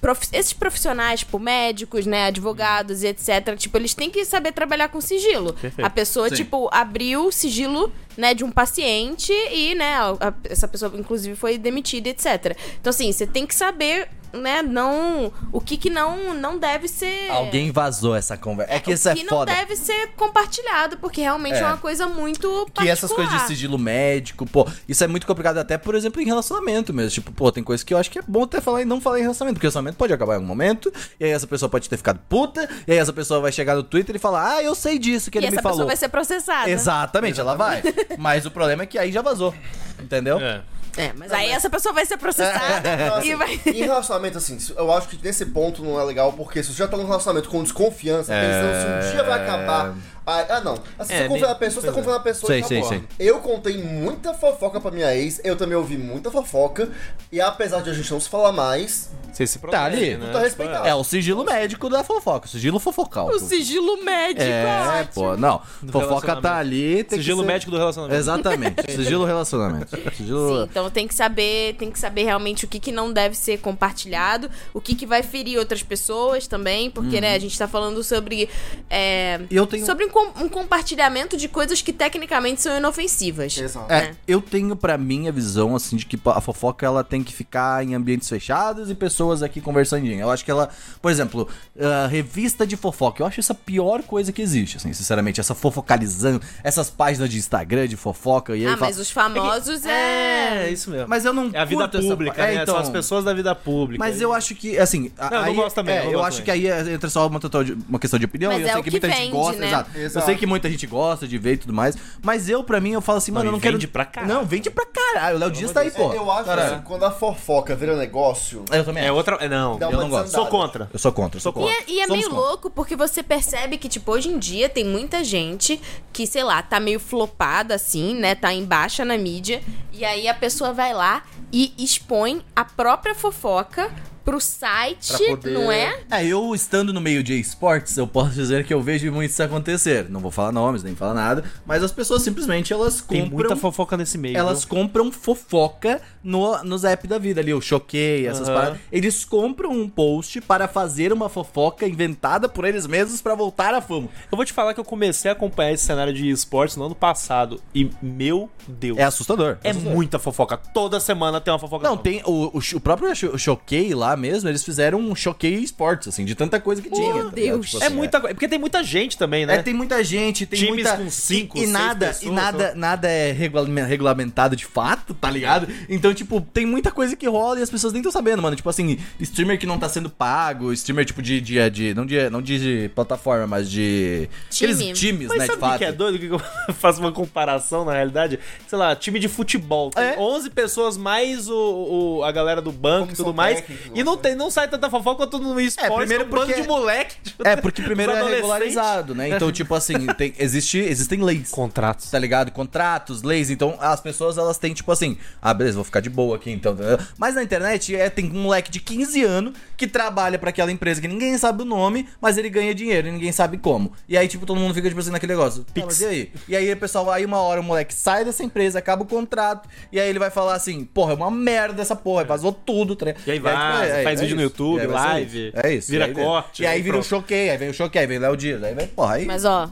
S2: prof- Esses profissionais, tipo, médicos, né, advogados e etc., tipo, eles têm que saber trabalhar com sigilo.
S4: Perfeito.
S2: A pessoa,
S1: Sim.
S2: tipo, abriu o sigilo, né, de um paciente e, né, a- a- essa pessoa, inclusive, foi demitida, etc. Então, assim, você tem que saber, né, não... O que que não, não deve ser...
S1: Alguém vazou essa conversa. É que isso é
S2: É. que não
S1: foda.
S2: deve ser compartilhado, porque realmente é,
S1: É.
S2: uma coisa muito particular.
S1: Que essas coisas de sigilo médico, pô, isso é muito complicado até, por exemplo, em relacionamento mesmo. Tipo, pô, tem coisa que eu acho que é bom até falar e não falar em relacionamento, porque o relacionamento pode acabar em algum momento, e aí essa pessoa pode ter ficado puta, e aí essa pessoa vai chegar no Twitter e falar, ah, eu sei disso que
S2: E
S1: ele
S2: essa
S1: me
S2: pessoa
S1: falou.
S2: vai ser processada.
S1: Exatamente, ela vai. Mas o problema é que aí já vazou, entendeu?
S4: É.
S2: É, mas aí essa pessoa vai ser processada
S3: Então, assim,
S2: e vai.
S3: Em relacionamento, assim, eu acho que nesse ponto não é legal, porque se você já tá num relacionamento com desconfiança, pensando se um dia vai acabar. Ah, ah, não. Assim,
S4: É,
S3: você confia
S4: bem-
S3: na pessoa, você tá confiando na pessoa
S1: Sei,
S3: e
S1: sei,
S3: acabou.
S1: sei.
S3: Eu contei muita fofoca pra minha ex, eu também ouvi muita fofoca, e apesar de a gente não se falar mais,
S4: Você se protege,
S1: Tá ali.
S4: né?
S3: tu tá respeitado.
S1: É o sigilo médico da fofoca, o sigilo fofocal.
S2: O sigilo médico.
S1: É, pô, não. Fofoca
S4: relacionamento.
S1: tá ali, tem
S4: Sigilo
S1: que ser...
S4: médico do relacionamento.
S1: Exatamente, sigilo relacionamento.
S2: Sim,
S1: Sigilo...
S2: então tem que saber, tem que saber realmente o que, que não deve ser compartilhado, o que, que vai ferir outras pessoas também, porque né, a gente tá falando sobre é,
S1: Eu tenho...
S2: sobre um, com- um compartilhamento de coisas que tecnicamente são inofensivas.
S3: Exato.
S1: É,
S2: né?
S1: eu tenho pra mim a visão, assim, de que a fofoca ela tem que ficar em ambientes fechados e pessoas aqui conversandinho. Eu acho que ela, por exemplo, ah, revista de fofoca, eu acho essa a pior coisa que existe, assim, sinceramente. Essa fofocalizando, essas páginas de Instagram de fofoca e aí
S2: Ah,
S1: fala-
S2: mas os famosos é.
S4: É, isso mesmo.
S1: Mas eu não
S4: é a vida
S1: curto essa
S4: pública,
S1: pa- É,
S4: né?
S1: então,
S4: São as pessoas da vida pública.
S1: Mas eu acho que, assim. a-
S4: Não, eu não
S1: aí-
S4: gosto também,
S1: é,
S4: eu não
S1: eu
S4: gosto
S1: acho que aí entra só uma, total de- uma questão de opinião.
S2: Mas
S1: e eu
S2: é
S1: sei
S2: o
S1: que
S2: que
S1: muita gente
S2: vende,
S1: gosta.
S2: né?
S1: Exato. Eu
S3: Exato.
S1: sei que muita gente gosta de ver e tudo mais. Mas eu, pra mim, eu falo assim, mano, eu não
S4: e
S1: quero.
S4: vende pra caralho.
S1: Não, vende pra caralho. O Léo Dias tá aí, pô.
S3: É, eu acho que assim, quando a fofoca vira negócio,
S1: Eu também.
S4: É
S1: acho.
S4: outra. é, Não,
S3: Dá
S4: eu
S3: uma
S4: não gosto. Sou
S3: desandada.
S4: contra.
S1: Eu sou contra. Eu sou
S4: Sou
S1: contra.
S4: contra.
S2: E é, e é
S1: Somos
S2: meio
S1: contra.
S2: louco porque você percebe que, tipo, hoje em dia tem muita gente que, sei lá, tá meio flopada assim, né? Tá em baixa na mídia. E aí a pessoa vai lá e expõe a própria fofoca pro site,
S3: Pra poder-
S2: não é?
S1: É, eu estando no meio de esportes, eu posso dizer que eu vejo muito isso acontecer. Não vou falar nomes, nem falar nada, mas as pessoas simplesmente elas
S4: Tem
S1: compram
S4: muita fofoca nesse meio.
S1: um- Elas compram fofoca no, nos app da vida ali, o Choquei, essas
S4: Aham.
S1: paradas. Eles compram um post para fazer uma fofoca inventada por eles mesmos pra voltar à fama.
S4: Eu vou te falar que eu comecei a acompanhar esse cenário de esportes no ano passado e, meu Deus,
S1: É
S4: é,
S1: assustador.
S4: muita fofoca. Toda semana tem uma fofoca.
S1: Não,
S4: nova.
S1: tem o, o, cho- o próprio cho- Choquei lá mesmo, eles fizeram um Choquei Esportes, assim, de tanta coisa que tinha. tá ligado?
S2: Deus.
S1: Tipo
S4: É
S1: assim,
S4: muita coisa. Porque tem muita gente também,
S1: É,
S4: né?
S1: tem muita gente, tem
S4: Times
S1: muita...
S4: com cinco,
S1: e, e
S4: seis
S1: nada, E
S4: pessoas,
S1: nada, nada é regula- regulamentado de fato, tá ligado? Então, tipo, tem muita coisa que rola e as pessoas nem estão sabendo, mano. Tipo assim, streamer que não tá sendo pago, streamer, tipo, de... de, de não, de não de plataforma, mas de...
S2: Time.
S1: Aqueles times,
S4: Mas
S1: né, de
S4: sabe o que
S1: fato.
S4: que é doido? Que eu faço uma comparação, na realidade. Sei lá, time de futebol. Tem
S1: É.
S4: 11 pessoas mais o, o- a galera do banco e
S3: Comissão
S4: tudo mais.
S3: técnica,
S4: E E não, tem, não sai tanta fofoca quanto no esporte.
S1: primeiro
S4: é um bando
S1: porque-
S4: de moleque.
S1: É, porque primeiro
S4: Os
S1: é
S4: adolescentes.
S1: regularizado, né? Então, tipo assim, tem, existe, existem leis.
S4: Contratos.
S1: tá ligado? Contratos, leis. Então, as pessoas, elas têm, tipo assim, ah, beleza, vou ficar de boa aqui, então. entendeu? Mas na internet, é, tem um moleque de 15 anos que trabalha pra aquela empresa que ninguém sabe o nome, mas ele ganha dinheiro e ninguém sabe como. E aí, tipo, todo mundo fica, tipo assim, naquele negócio. Pix. e aí? E aí, o pessoal, aí uma hora o moleque sai dessa empresa, acaba o contrato, e aí ele vai falar assim, porra, é uma merda essa porra, vazou tudo. Tá? ligado?
S4: É. E aí vaza,
S1: tipo,
S4: faz vídeo no
S1: isso.
S4: YouTube,
S1: E aí vai ser
S4: live,
S1: isso. É isso.
S4: vira
S1: E aí,
S4: corte,
S1: E aí
S4: e
S1: vira o
S4: pronto.
S1: choquei, aí vem o choquei, aí vem o Léo Dias, aí vem, porra, aí...
S2: Mas ó,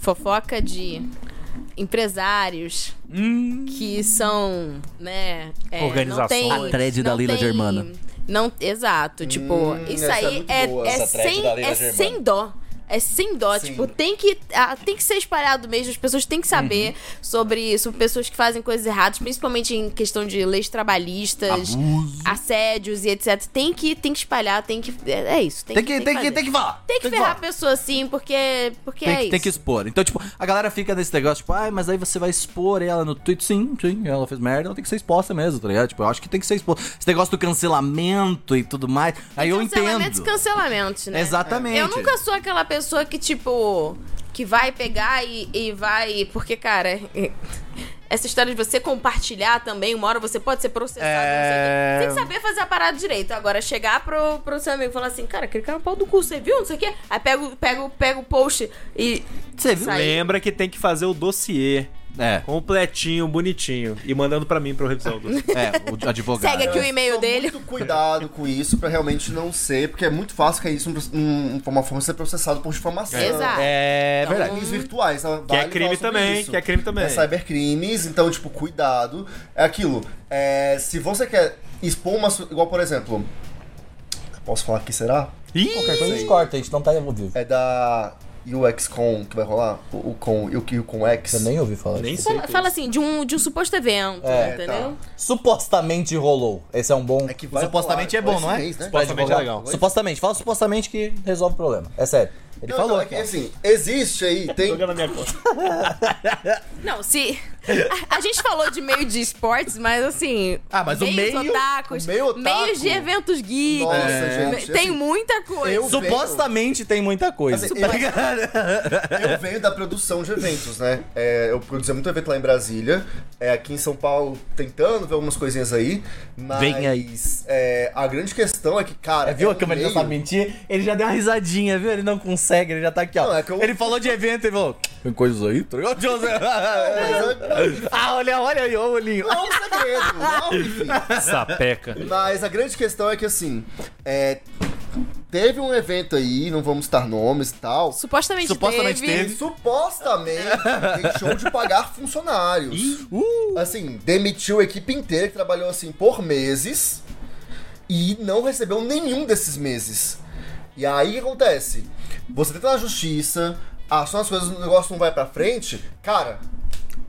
S2: fofoca de empresários que são, né, é,
S4: Organizações.
S1: A thread da
S2: não
S1: Lila
S2: tem-
S1: Germana.
S2: Não, exato, tipo, isso
S3: essa é
S2: aí
S3: muito
S2: é,
S3: boa,
S2: é
S1: essa thread
S2: sem,
S1: da Lila
S2: é
S1: Germana.
S2: sem dó. É sem dó,
S3: Sim.
S2: tipo, tem que, ah, tem que ser espalhado mesmo, as pessoas têm que saber sobre, sobre pessoas que fazem coisas erradas, principalmente em questão de leis
S1: tá
S2: trabalhistas, assédios e etc. Tem que, tem que espalhar, tem que. É, é isso, tem,
S1: Tem que, tem que,
S2: fazer.
S1: tem que falar.
S2: Tem que
S1: falar.
S2: ferrar a pessoa assim, porque, porque
S1: Tem,
S2: é
S1: que,
S2: isso.
S1: tem que expor. Então, tipo, a galera fica nesse negócio, tipo, ai, mas aí você vai expor ela no Twitter. Sim, sim, ela fez merda, ela tem que ser exposta mesmo, tá ligado? Tipo, eu acho que tem que ser exposta. Esse negócio do cancelamento e tudo mais, aí eu
S2: Cancelamentos,
S1: um entendo.
S2: cancelamentos, né?
S1: Exatamente.
S2: Eu nunca sou aquela pessoa que, tipo, que vai pegar e, e vai. Porque, cara. Essa história de você compartilhar também, uma hora você pode ser processado,
S1: É.
S2: não sei o quê. Você tem que saber fazer a parada direito. Agora, chegar pro, pro seu amigo e falar assim, cara, aquele cara é um pau do cu, você viu? Não sei o quê. Aí pega, o- pega, o- pega o post e.
S1: Você viu?
S2: Sai.
S4: Lembra que tem que fazer o dossiê
S1: É,
S4: completinho, bonitinho. E mandando pra mim pra eu revisar o dossiê.
S1: é, o advogado.
S2: Segue aqui o e-mail
S3: Toma
S2: dele.
S3: Muito cuidado com isso pra realmente não ser, porque é muito fácil cair isso num- numa forma de ser processado por difamação.
S2: Exato.
S1: É
S3: É verdade.
S1: verdade.
S3: Crimes virtuais, tá?
S4: Que é
S3: Vale falar
S4: crime
S3: sobre
S4: também,
S3: isso.
S4: que é crime também.
S3: É cybercrimes, então, tipo, cuidado. É aquilo. é, se você quer expor uma. su- Igual, por exemplo. Posso falar aqui, será?
S1: Qualquer
S4: Ih,
S1: coisa a gente corta, a gente não tá ouvindo.
S3: É da UXCon que vai rolar? O, o com e o, e o com X.
S1: Eu nem ouvi falar.
S4: nem sei.
S2: Fala, fala assim, de um, de um suposto evento,
S1: É,
S2: entendeu?
S1: tá. Supostamente rolou. Esse é um bom.
S3: É que vai
S1: supostamente
S3: rolar,
S1: é bom,
S3: esse
S1: não é?
S3: mês, né?
S1: Pode
S4: Supostamente
S1: rolar?
S4: é legal.
S1: Supostamente. Fala supostamente que resolve o problema. É sério. Ele
S3: Não,
S1: falou.
S3: não, é que, assim, existe aí, tem.
S4: Joga na minha conta.
S2: Não, se. A, a gente falou de meio de esportes, mas assim.
S1: Ah, mas o
S2: meios
S1: meio-
S2: Otakus,
S3: o meio otaku-
S2: Meios de eventos geeks.
S3: Nossa, gente,
S2: Tem
S3: assim,
S2: muita coisa.
S3: eu-
S1: Supostamente tem muita coisa.
S3: Assim,
S1: tá
S3: eu-
S1: ligado?
S3: Eu venho da produção de eventos, né? É, eu produzi muito evento lá em Brasília. É, aqui em São Paulo, tentando ver algumas coisinhas aí. Mas,
S1: Vem aí.
S3: é, a grande questão é que, cara.
S1: É, viu
S3: é
S1: a câmera
S3: meio-
S1: já sabe mentir? Ele já deu uma risadinha, viu? Ele não consegue, ele já tá aqui, ó.
S3: Não, é que eu-
S1: Ele falou de evento, ele falou. Tem coisas aí? Tá ligado? ah, olha, olha aí, ó o olhinho.
S3: Não é um segredo, não, enfim.
S4: Sapeca.
S3: Mas a grande questão é que, assim. é, teve um evento aí, não vamos citar nomes e tal.
S2: Supostamente,
S1: Supostamente
S3: E supostamente deixou de pagar funcionários.
S1: uh.
S3: Assim, demitiu a equipe inteira que trabalhou assim por meses e não recebeu nenhum desses meses. E aí o que acontece? Você tenta na justiça, aciona as coisas, o negócio não vai pra frente, cara,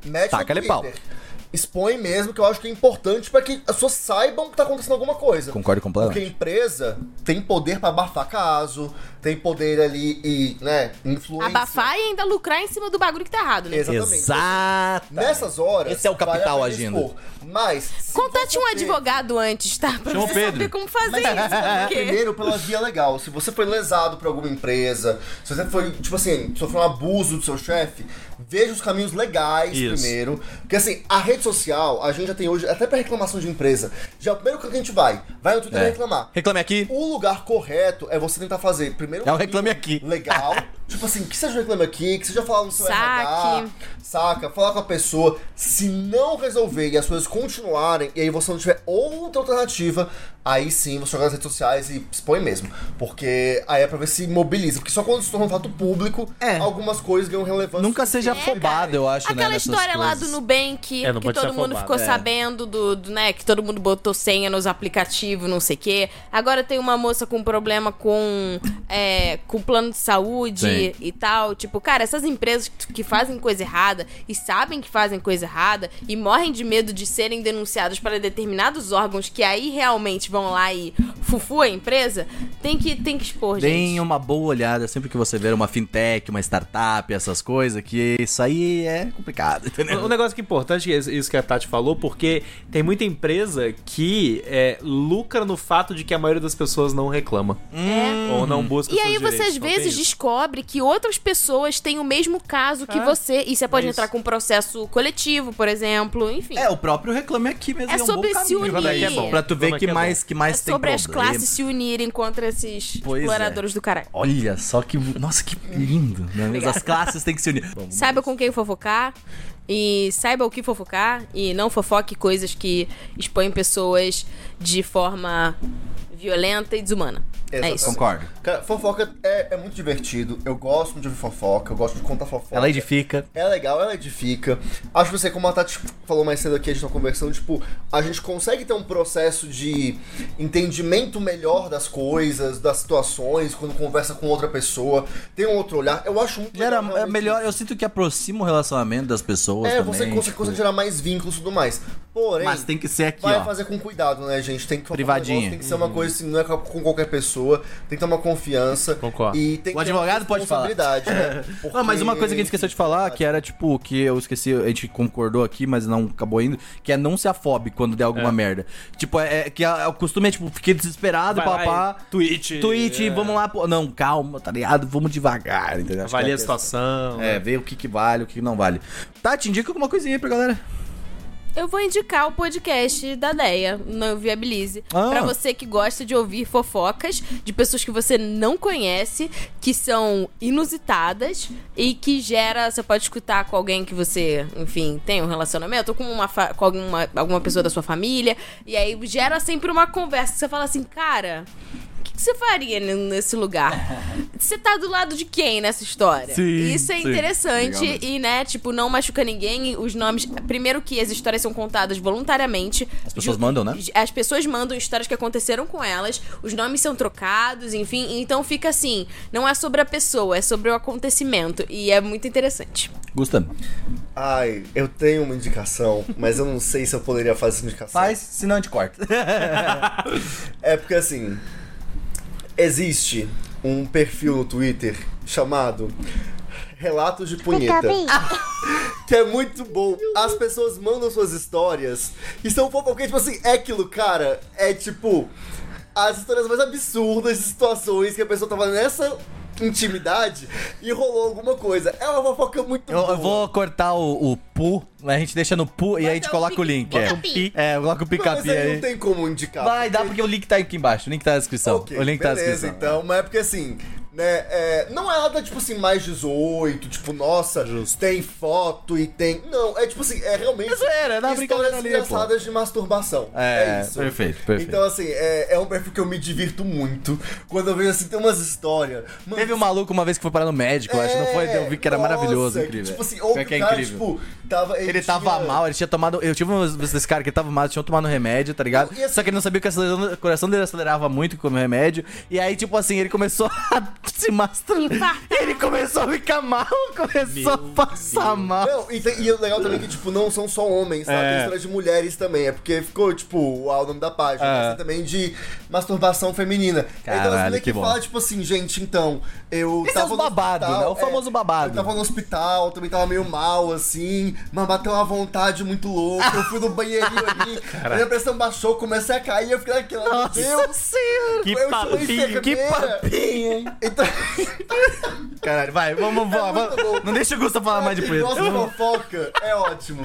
S3: mete no
S1: Taca-lhe
S3: Twitter.
S1: pau.
S3: Expõe mesmo, que eu acho que é importante pra que as pessoas saibam que tá acontecendo alguma coisa.
S1: Concordo
S3: Porque
S1: completamente.
S3: a empresa tem poder pra abafar caso, tem poder ali e, né, influência.
S2: Abafar e ainda lucrar em cima do bagulho que tá errado, né?
S3: Exatamente.
S1: Exato.
S3: Nessas horas.
S1: Esse é o capital
S3: vale a pena
S1: agindo.
S3: expor. Mas. se
S2: Contate
S3: você
S2: um
S3: tem-
S2: advogado antes, tá? Pra
S1: Chama o
S2: você
S1: Pedro.
S2: saber como fazer isso. Porque...
S3: Primeiro, pela via legal. Se você foi lesado por alguma empresa, se você foi, tipo assim, sofreu um abuso do seu chefe, veja os caminhos legais
S4: Isso.
S3: primeiro. Porque assim, a rede social, a gente já tem hoje, até pra reclamação de empresa, já é o primeiro canto que a gente vai. Vai no Twitter
S1: É.
S3: reclamar.
S1: Reclame aqui.
S3: O lugar correto é você tentar fazer primeiro
S1: É o
S3: um
S1: Reclame Aqui.
S3: legal. tipo assim, que seja um reclame aqui, que seja falar no seu
S2: Saque.
S3: RH, saca, falar com a pessoa. Se não resolver e as coisas continuarem, e aí você não tiver outra alternativa, aí sim você joga nas redes sociais e expõe mesmo. Porque aí é pra ver se mobiliza. Porque só quando se torna um fato público,
S1: É.
S3: algumas coisas ganham relevância.
S1: Nunca seja
S2: É, cara.
S1: afobado, eu acho, né?
S2: Aquela
S1: nessas
S2: história lá do
S1: coisas.
S2: Nubank,
S4: É, não
S2: que
S4: pode
S2: todo
S4: ser
S2: mundo
S4: afobado.
S2: ficou
S4: É.
S2: sabendo do, do, né, que todo mundo botou senha nos aplicativos, não sei o quê. Agora tem uma moça com problema com é, com plano de saúde
S1: Sim.
S2: e tal. Tipo, cara, essas empresas que- que fazem coisa errada e sabem que fazem coisa errada e morrem de medo de serem denunciados para determinados órgãos que aí realmente vão lá e Fufu, a empresa, tem que, tem que expor,
S1: Deem
S2: gente.
S1: uma boa olhada sempre que você ver uma fintech, uma startup, essas coisas, que isso aí é complicado, entendeu?
S4: Um negócio que é importante, é isso que a Tati falou, porque tem muita empresa que é, lucra no fato de que a maioria das pessoas não reclama.
S2: É.
S4: Ou não busca
S2: E
S4: seus
S2: aí você
S4: direitos.
S2: às
S4: Não tem
S2: vezes
S4: isso.
S2: descobre que outras pessoas têm o mesmo caso que
S4: É,
S2: você. E você pode
S4: é
S2: entrar
S4: isso.
S2: com um processo coletivo, por exemplo, enfim.
S1: É, o próprio reclame aqui mesmo.
S2: É
S1: um
S2: sobre
S1: bom
S2: se
S1: caminho.
S2: unir. Reclame aqui é bom.
S1: Pra tu ver
S4: Reclame
S1: que
S4: aqui é
S1: mais, que
S2: É
S1: mais tem
S2: sobre as
S1: problema.
S2: classes se unirem contra esses
S1: Pois é.
S2: exploradores do caralho.
S1: Olha só que. Nossa, que lindo. Né? Mas As classes têm que se unir. Bom,
S2: Saiba com quem fofocar e saiba o que fofocar e não fofoque coisas que expõem pessoas de forma violenta e desumana. É
S3: Exatamente.
S2: isso.
S1: Concordo.
S3: Cara, fofoca é, é muito divertido. Eu gosto muito de ouvir fofoca, eu gosto de contar fofoca.
S1: Ela edifica.
S3: É legal, ela edifica. Acho que você, como a Tati falou mais cedo aqui, a gente tá conversando, tipo, a gente consegue ter um processo de entendimento melhor das coisas, das situações, quando conversa com outra pessoa, tem um outro olhar. Eu acho muito
S1: Gera,
S3: legal,
S1: é
S3: realmente,
S1: melhor, eu sinto que aproxima o relacionamento das pessoas.
S3: É,
S1: também,
S3: você consegue,
S1: tipo,
S3: consegue gerar mais vínculos e tudo mais. Porém,
S1: Mas tem que ser aqui,
S3: vai
S1: ó.
S3: fazer com cuidado, né, gente? Tem que falar
S1: Privadinha. Uhum.
S3: um negócio, tem que ser uma coisa assim, não é com qualquer pessoa, tem que ter uma confiança.
S4: Concordo.
S3: E tem
S1: O
S3: que ter uma
S1: advogado pode falar.
S3: responsabilidade, né?
S1: Ah, mas uma coisa que a gente
S3: Porque-
S1: esqueceu de falar, que era tipo, que eu esqueci, a gente concordou aqui, mas não acabou indo, que é não ser afobe quando der alguma merda. Tipo, é, é que a- o costume é, tipo, fiquei desesperado,
S4: Vai lá
S1: papá.
S4: e tweet,
S1: Tweet,
S4: é.
S1: vamos lá, pô. Não, calma, tá ligado? Vamos devagar, entendeu? Acho
S4: Avalia a
S1: que é-
S4: situação. né?
S1: É, ver o que, que vale, o que, que não vale. Tati, indica alguma coisinha aí pra galera.
S2: Eu vou indicar o podcast da Deia, no Viabilize.
S1: Ah.
S2: Pra você que gosta de ouvir fofocas de pessoas que você não conhece, que são inusitadas e que gera. Você pode escutar com alguém que você, enfim, tem um relacionamento, ou com, uma fa- com alguma, alguma pessoa da sua família. E aí gera sempre uma conversa. Você fala assim, cara. O que que você faria n- nesse lugar? Você tá do lado de quem nessa história?
S1: Sim,
S2: Isso é
S1: sim.
S2: interessante
S1: Legal mesmo.
S2: e, né, tipo, não machuca ninguém. Os nomes. Primeiro que as histórias são contadas voluntariamente.
S1: As pessoas mandam, né?
S2: As pessoas mandam histórias que aconteceram com elas, os nomes são trocados, enfim. Então fica assim: não é sobre a pessoa, é sobre o acontecimento. E é muito interessante.
S1: Gustavo.
S3: Ai, eu tenho uma indicação, mas eu não sei se eu poderia fazer essa indicação.
S1: Faz, senão a gente corta.
S3: É porque assim. Existe um perfil no Twitter chamado Relatos de Punheta. Que é muito bom. As pessoas mandam suas histórias e são fofas, porque, tipo assim, é aquilo, cara. É tipo. As histórias mais absurdas de situações que a pessoa tava nessa intimidade e rolou alguma coisa. É uma fofoca muito
S1: Eu,
S3: boa.
S1: eu vou cortar o, o pu, a gente deixa no pu e aí a gente
S2: Bota o
S1: coloca o
S2: pic-
S1: link.
S2: bota
S1: É,
S2: o pic.
S1: é coloca o
S3: Não, mas
S1: picapi
S3: aí
S1: aí.
S3: não tem como indicar.
S1: Vai, dá porque o link tá aqui embaixo. O link tá na descrição.
S3: Ok,
S1: o link tá na
S3: beleza,
S1: descrição.
S3: então, mas é porque assim, né, é, não é nada tipo assim, mais 18, tipo, nossa, tem foto e tem. Não, é tipo assim, é realmente.
S1: É zoeira, é na brincadeira
S3: histórias
S1: ali,
S3: engraçadas de masturbação.
S1: É,
S3: É, isso.
S1: perfeito, perfeito.
S3: Então, assim, é, é um perfil que eu me divirto muito. Quando eu vejo assim, tem umas histórias. Mano, é,
S1: Teve um maluco uma vez que foi parar no médico, eu acho. Não foi? Eu vi que era
S3: nossa,
S1: maravilhoso,
S3: que,
S1: incrível.
S3: Tipo assim, ou
S1: Pior
S3: que
S1: que
S3: o
S1: é
S3: cara,
S1: incrível.
S3: tipo, tava.
S1: Ele tava
S3: tinha-
S1: mal, ele tinha tomado. Eu tive uma vez desse cara que ele tava mal, tinha tomado remédio, tá ligado?
S3: Não, e assim-
S1: Só que ele não sabia que o acelerando- o coração dele acelerava muito com o remédio. E aí, tipo assim, ele começou a se masturbar.
S2: Infartar.
S1: Ele começou a ficar mal, começou a passar mal.
S3: Não, e, tem- e o legal também é que, tipo, não são só homens, sabe? Tem história de mulheres também. É porque ficou, tipo, ah, o nome da página.
S1: É.
S3: mas tem também de masturbação feminina.
S1: Caralho,
S3: então,
S1: que bom.
S3: fala, tipo assim, gente, então, eu
S1: Esse é
S3: tava
S1: os
S3: no
S1: babado,
S3: hospital,
S1: né? O famoso babado.
S3: Eu tava no hospital, também tava meio mal, assim. Mas bateu uma vontade muito louca. Eu fui no banheirinho ali, minha pressão baixou, comecei a cair. Eu fiquei naquela, meu Deus.
S1: senhora!
S4: Que
S3: eu chamei
S4: papinho, que
S3: enfermeira.
S4: papinho.
S1: Hein?
S3: Então...
S1: Caralho, vai, vamos, vamos.
S3: muito
S1: vamos.
S3: bom.
S1: Não deixa o Gusta falar Tá mais de
S3: Quem
S1: punheta.
S3: gosta de fofoca é ótimo.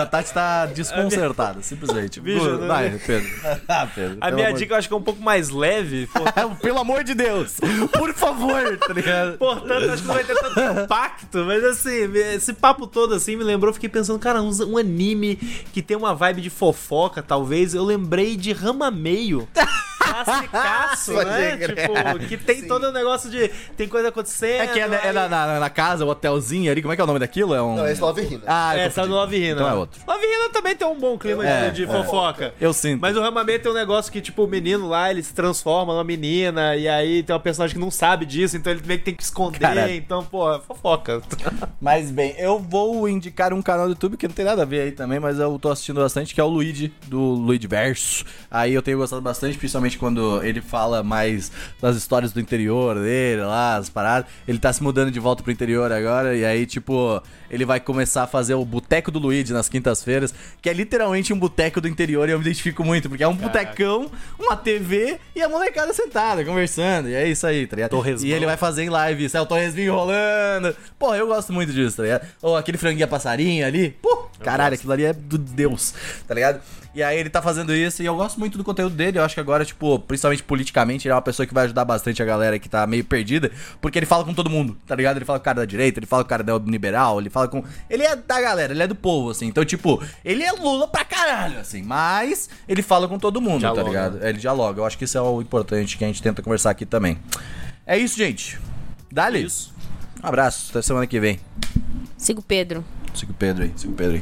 S1: A Tati tá desconcertada, simplesmente.
S4: Bicho,
S1: Gu-
S4: né?
S1: vai, Pedro. Ah, Pedro.
S4: A
S1: pelo
S4: minha
S1: amor de-
S4: dica eu acho que é um pouco mais leve, por-
S1: é um, Pelo amor de Deus! Por favor, tá ligado?
S4: portanto acho que não vai ter tanto impacto, mas assim, esse papo todo assim me lembrou, fiquei pensando, cara, um, um anime que tem uma vibe de fofoca, talvez, eu lembrei de Rama Meio. Classicaço,
S1: Pode
S4: né?
S1: crer.
S4: Tipo, que tem todo o negócio de. Tem coisa acontecendo.
S1: É que é, na- é
S4: aí-
S1: na, na- na casa, o hotelzinho ali, como é que é o nome daquilo? É um...
S3: Não, é Slaverina.
S1: Ah,
S4: É,
S1: eu tô
S4: tá
S1: confundindo.
S4: no Love Hina.
S1: Então é outro.
S4: Love Hina também tem um bom clima de-
S1: É,
S4: de,
S1: é.
S4: fofoca.
S1: Eu sinto.
S4: Mas o Ramamê tem um negócio que, tipo, o menino lá, ele se transforma numa menina, e aí tem uma personagem que não sabe disso, então ele meio que tem que esconder,
S1: Caralho.
S4: então, pô, fofoca.
S1: Mas bem, eu vou indicar um canal do YouTube que não tem nada a ver aí também, mas eu tô assistindo bastante, que é o Luigi, do Luigi Verso. Aí eu tenho gostado bastante, principalmente quando ele fala mais das histórias do interior dele, lá, as paradas. Ele tá se mudando de volta pro interior agora, e aí, tipo, ele vai começar a fazer o Boteco do Luigi nas quintas-feiras, que é literalmente um boteco do interior, e eu me identifico muito, porque é um botecão, uma TV e a molecada sentada, conversando, e é isso aí, tá ligado?
S4: Torresmão.
S1: E ele vai fazer em live, isso é o Torresminho rolando. Porra, eu gosto muito disso, tá ligado? Ou aquele franguinha passarinho ali, pô, caralho, aquilo ali é do Deus, tá ligado? E aí ele tá fazendo isso e eu gosto muito do conteúdo dele. Eu acho que agora, tipo, principalmente politicamente, ele é uma pessoa que vai ajudar bastante a galera que tá meio perdida, porque ele fala com todo mundo, tá ligado? Ele fala com o cara da direita, ele fala com o cara da liberal, ele fala com. Ele é da galera, ele é do povo, assim. Então, tipo, ele é Lula pra caralho, assim, mas ele fala com todo mundo,
S4: Dialoga.
S1: tá ligado? Ele dialoga. Eu acho que isso é o importante que a gente tenta conversar aqui também. É isso, gente. Dá-lhe.
S4: Isso.
S1: Um abraço, até semana que vem.
S2: Siga o Pedro.
S1: Siga o Pedro aí, siga o Pedro aí.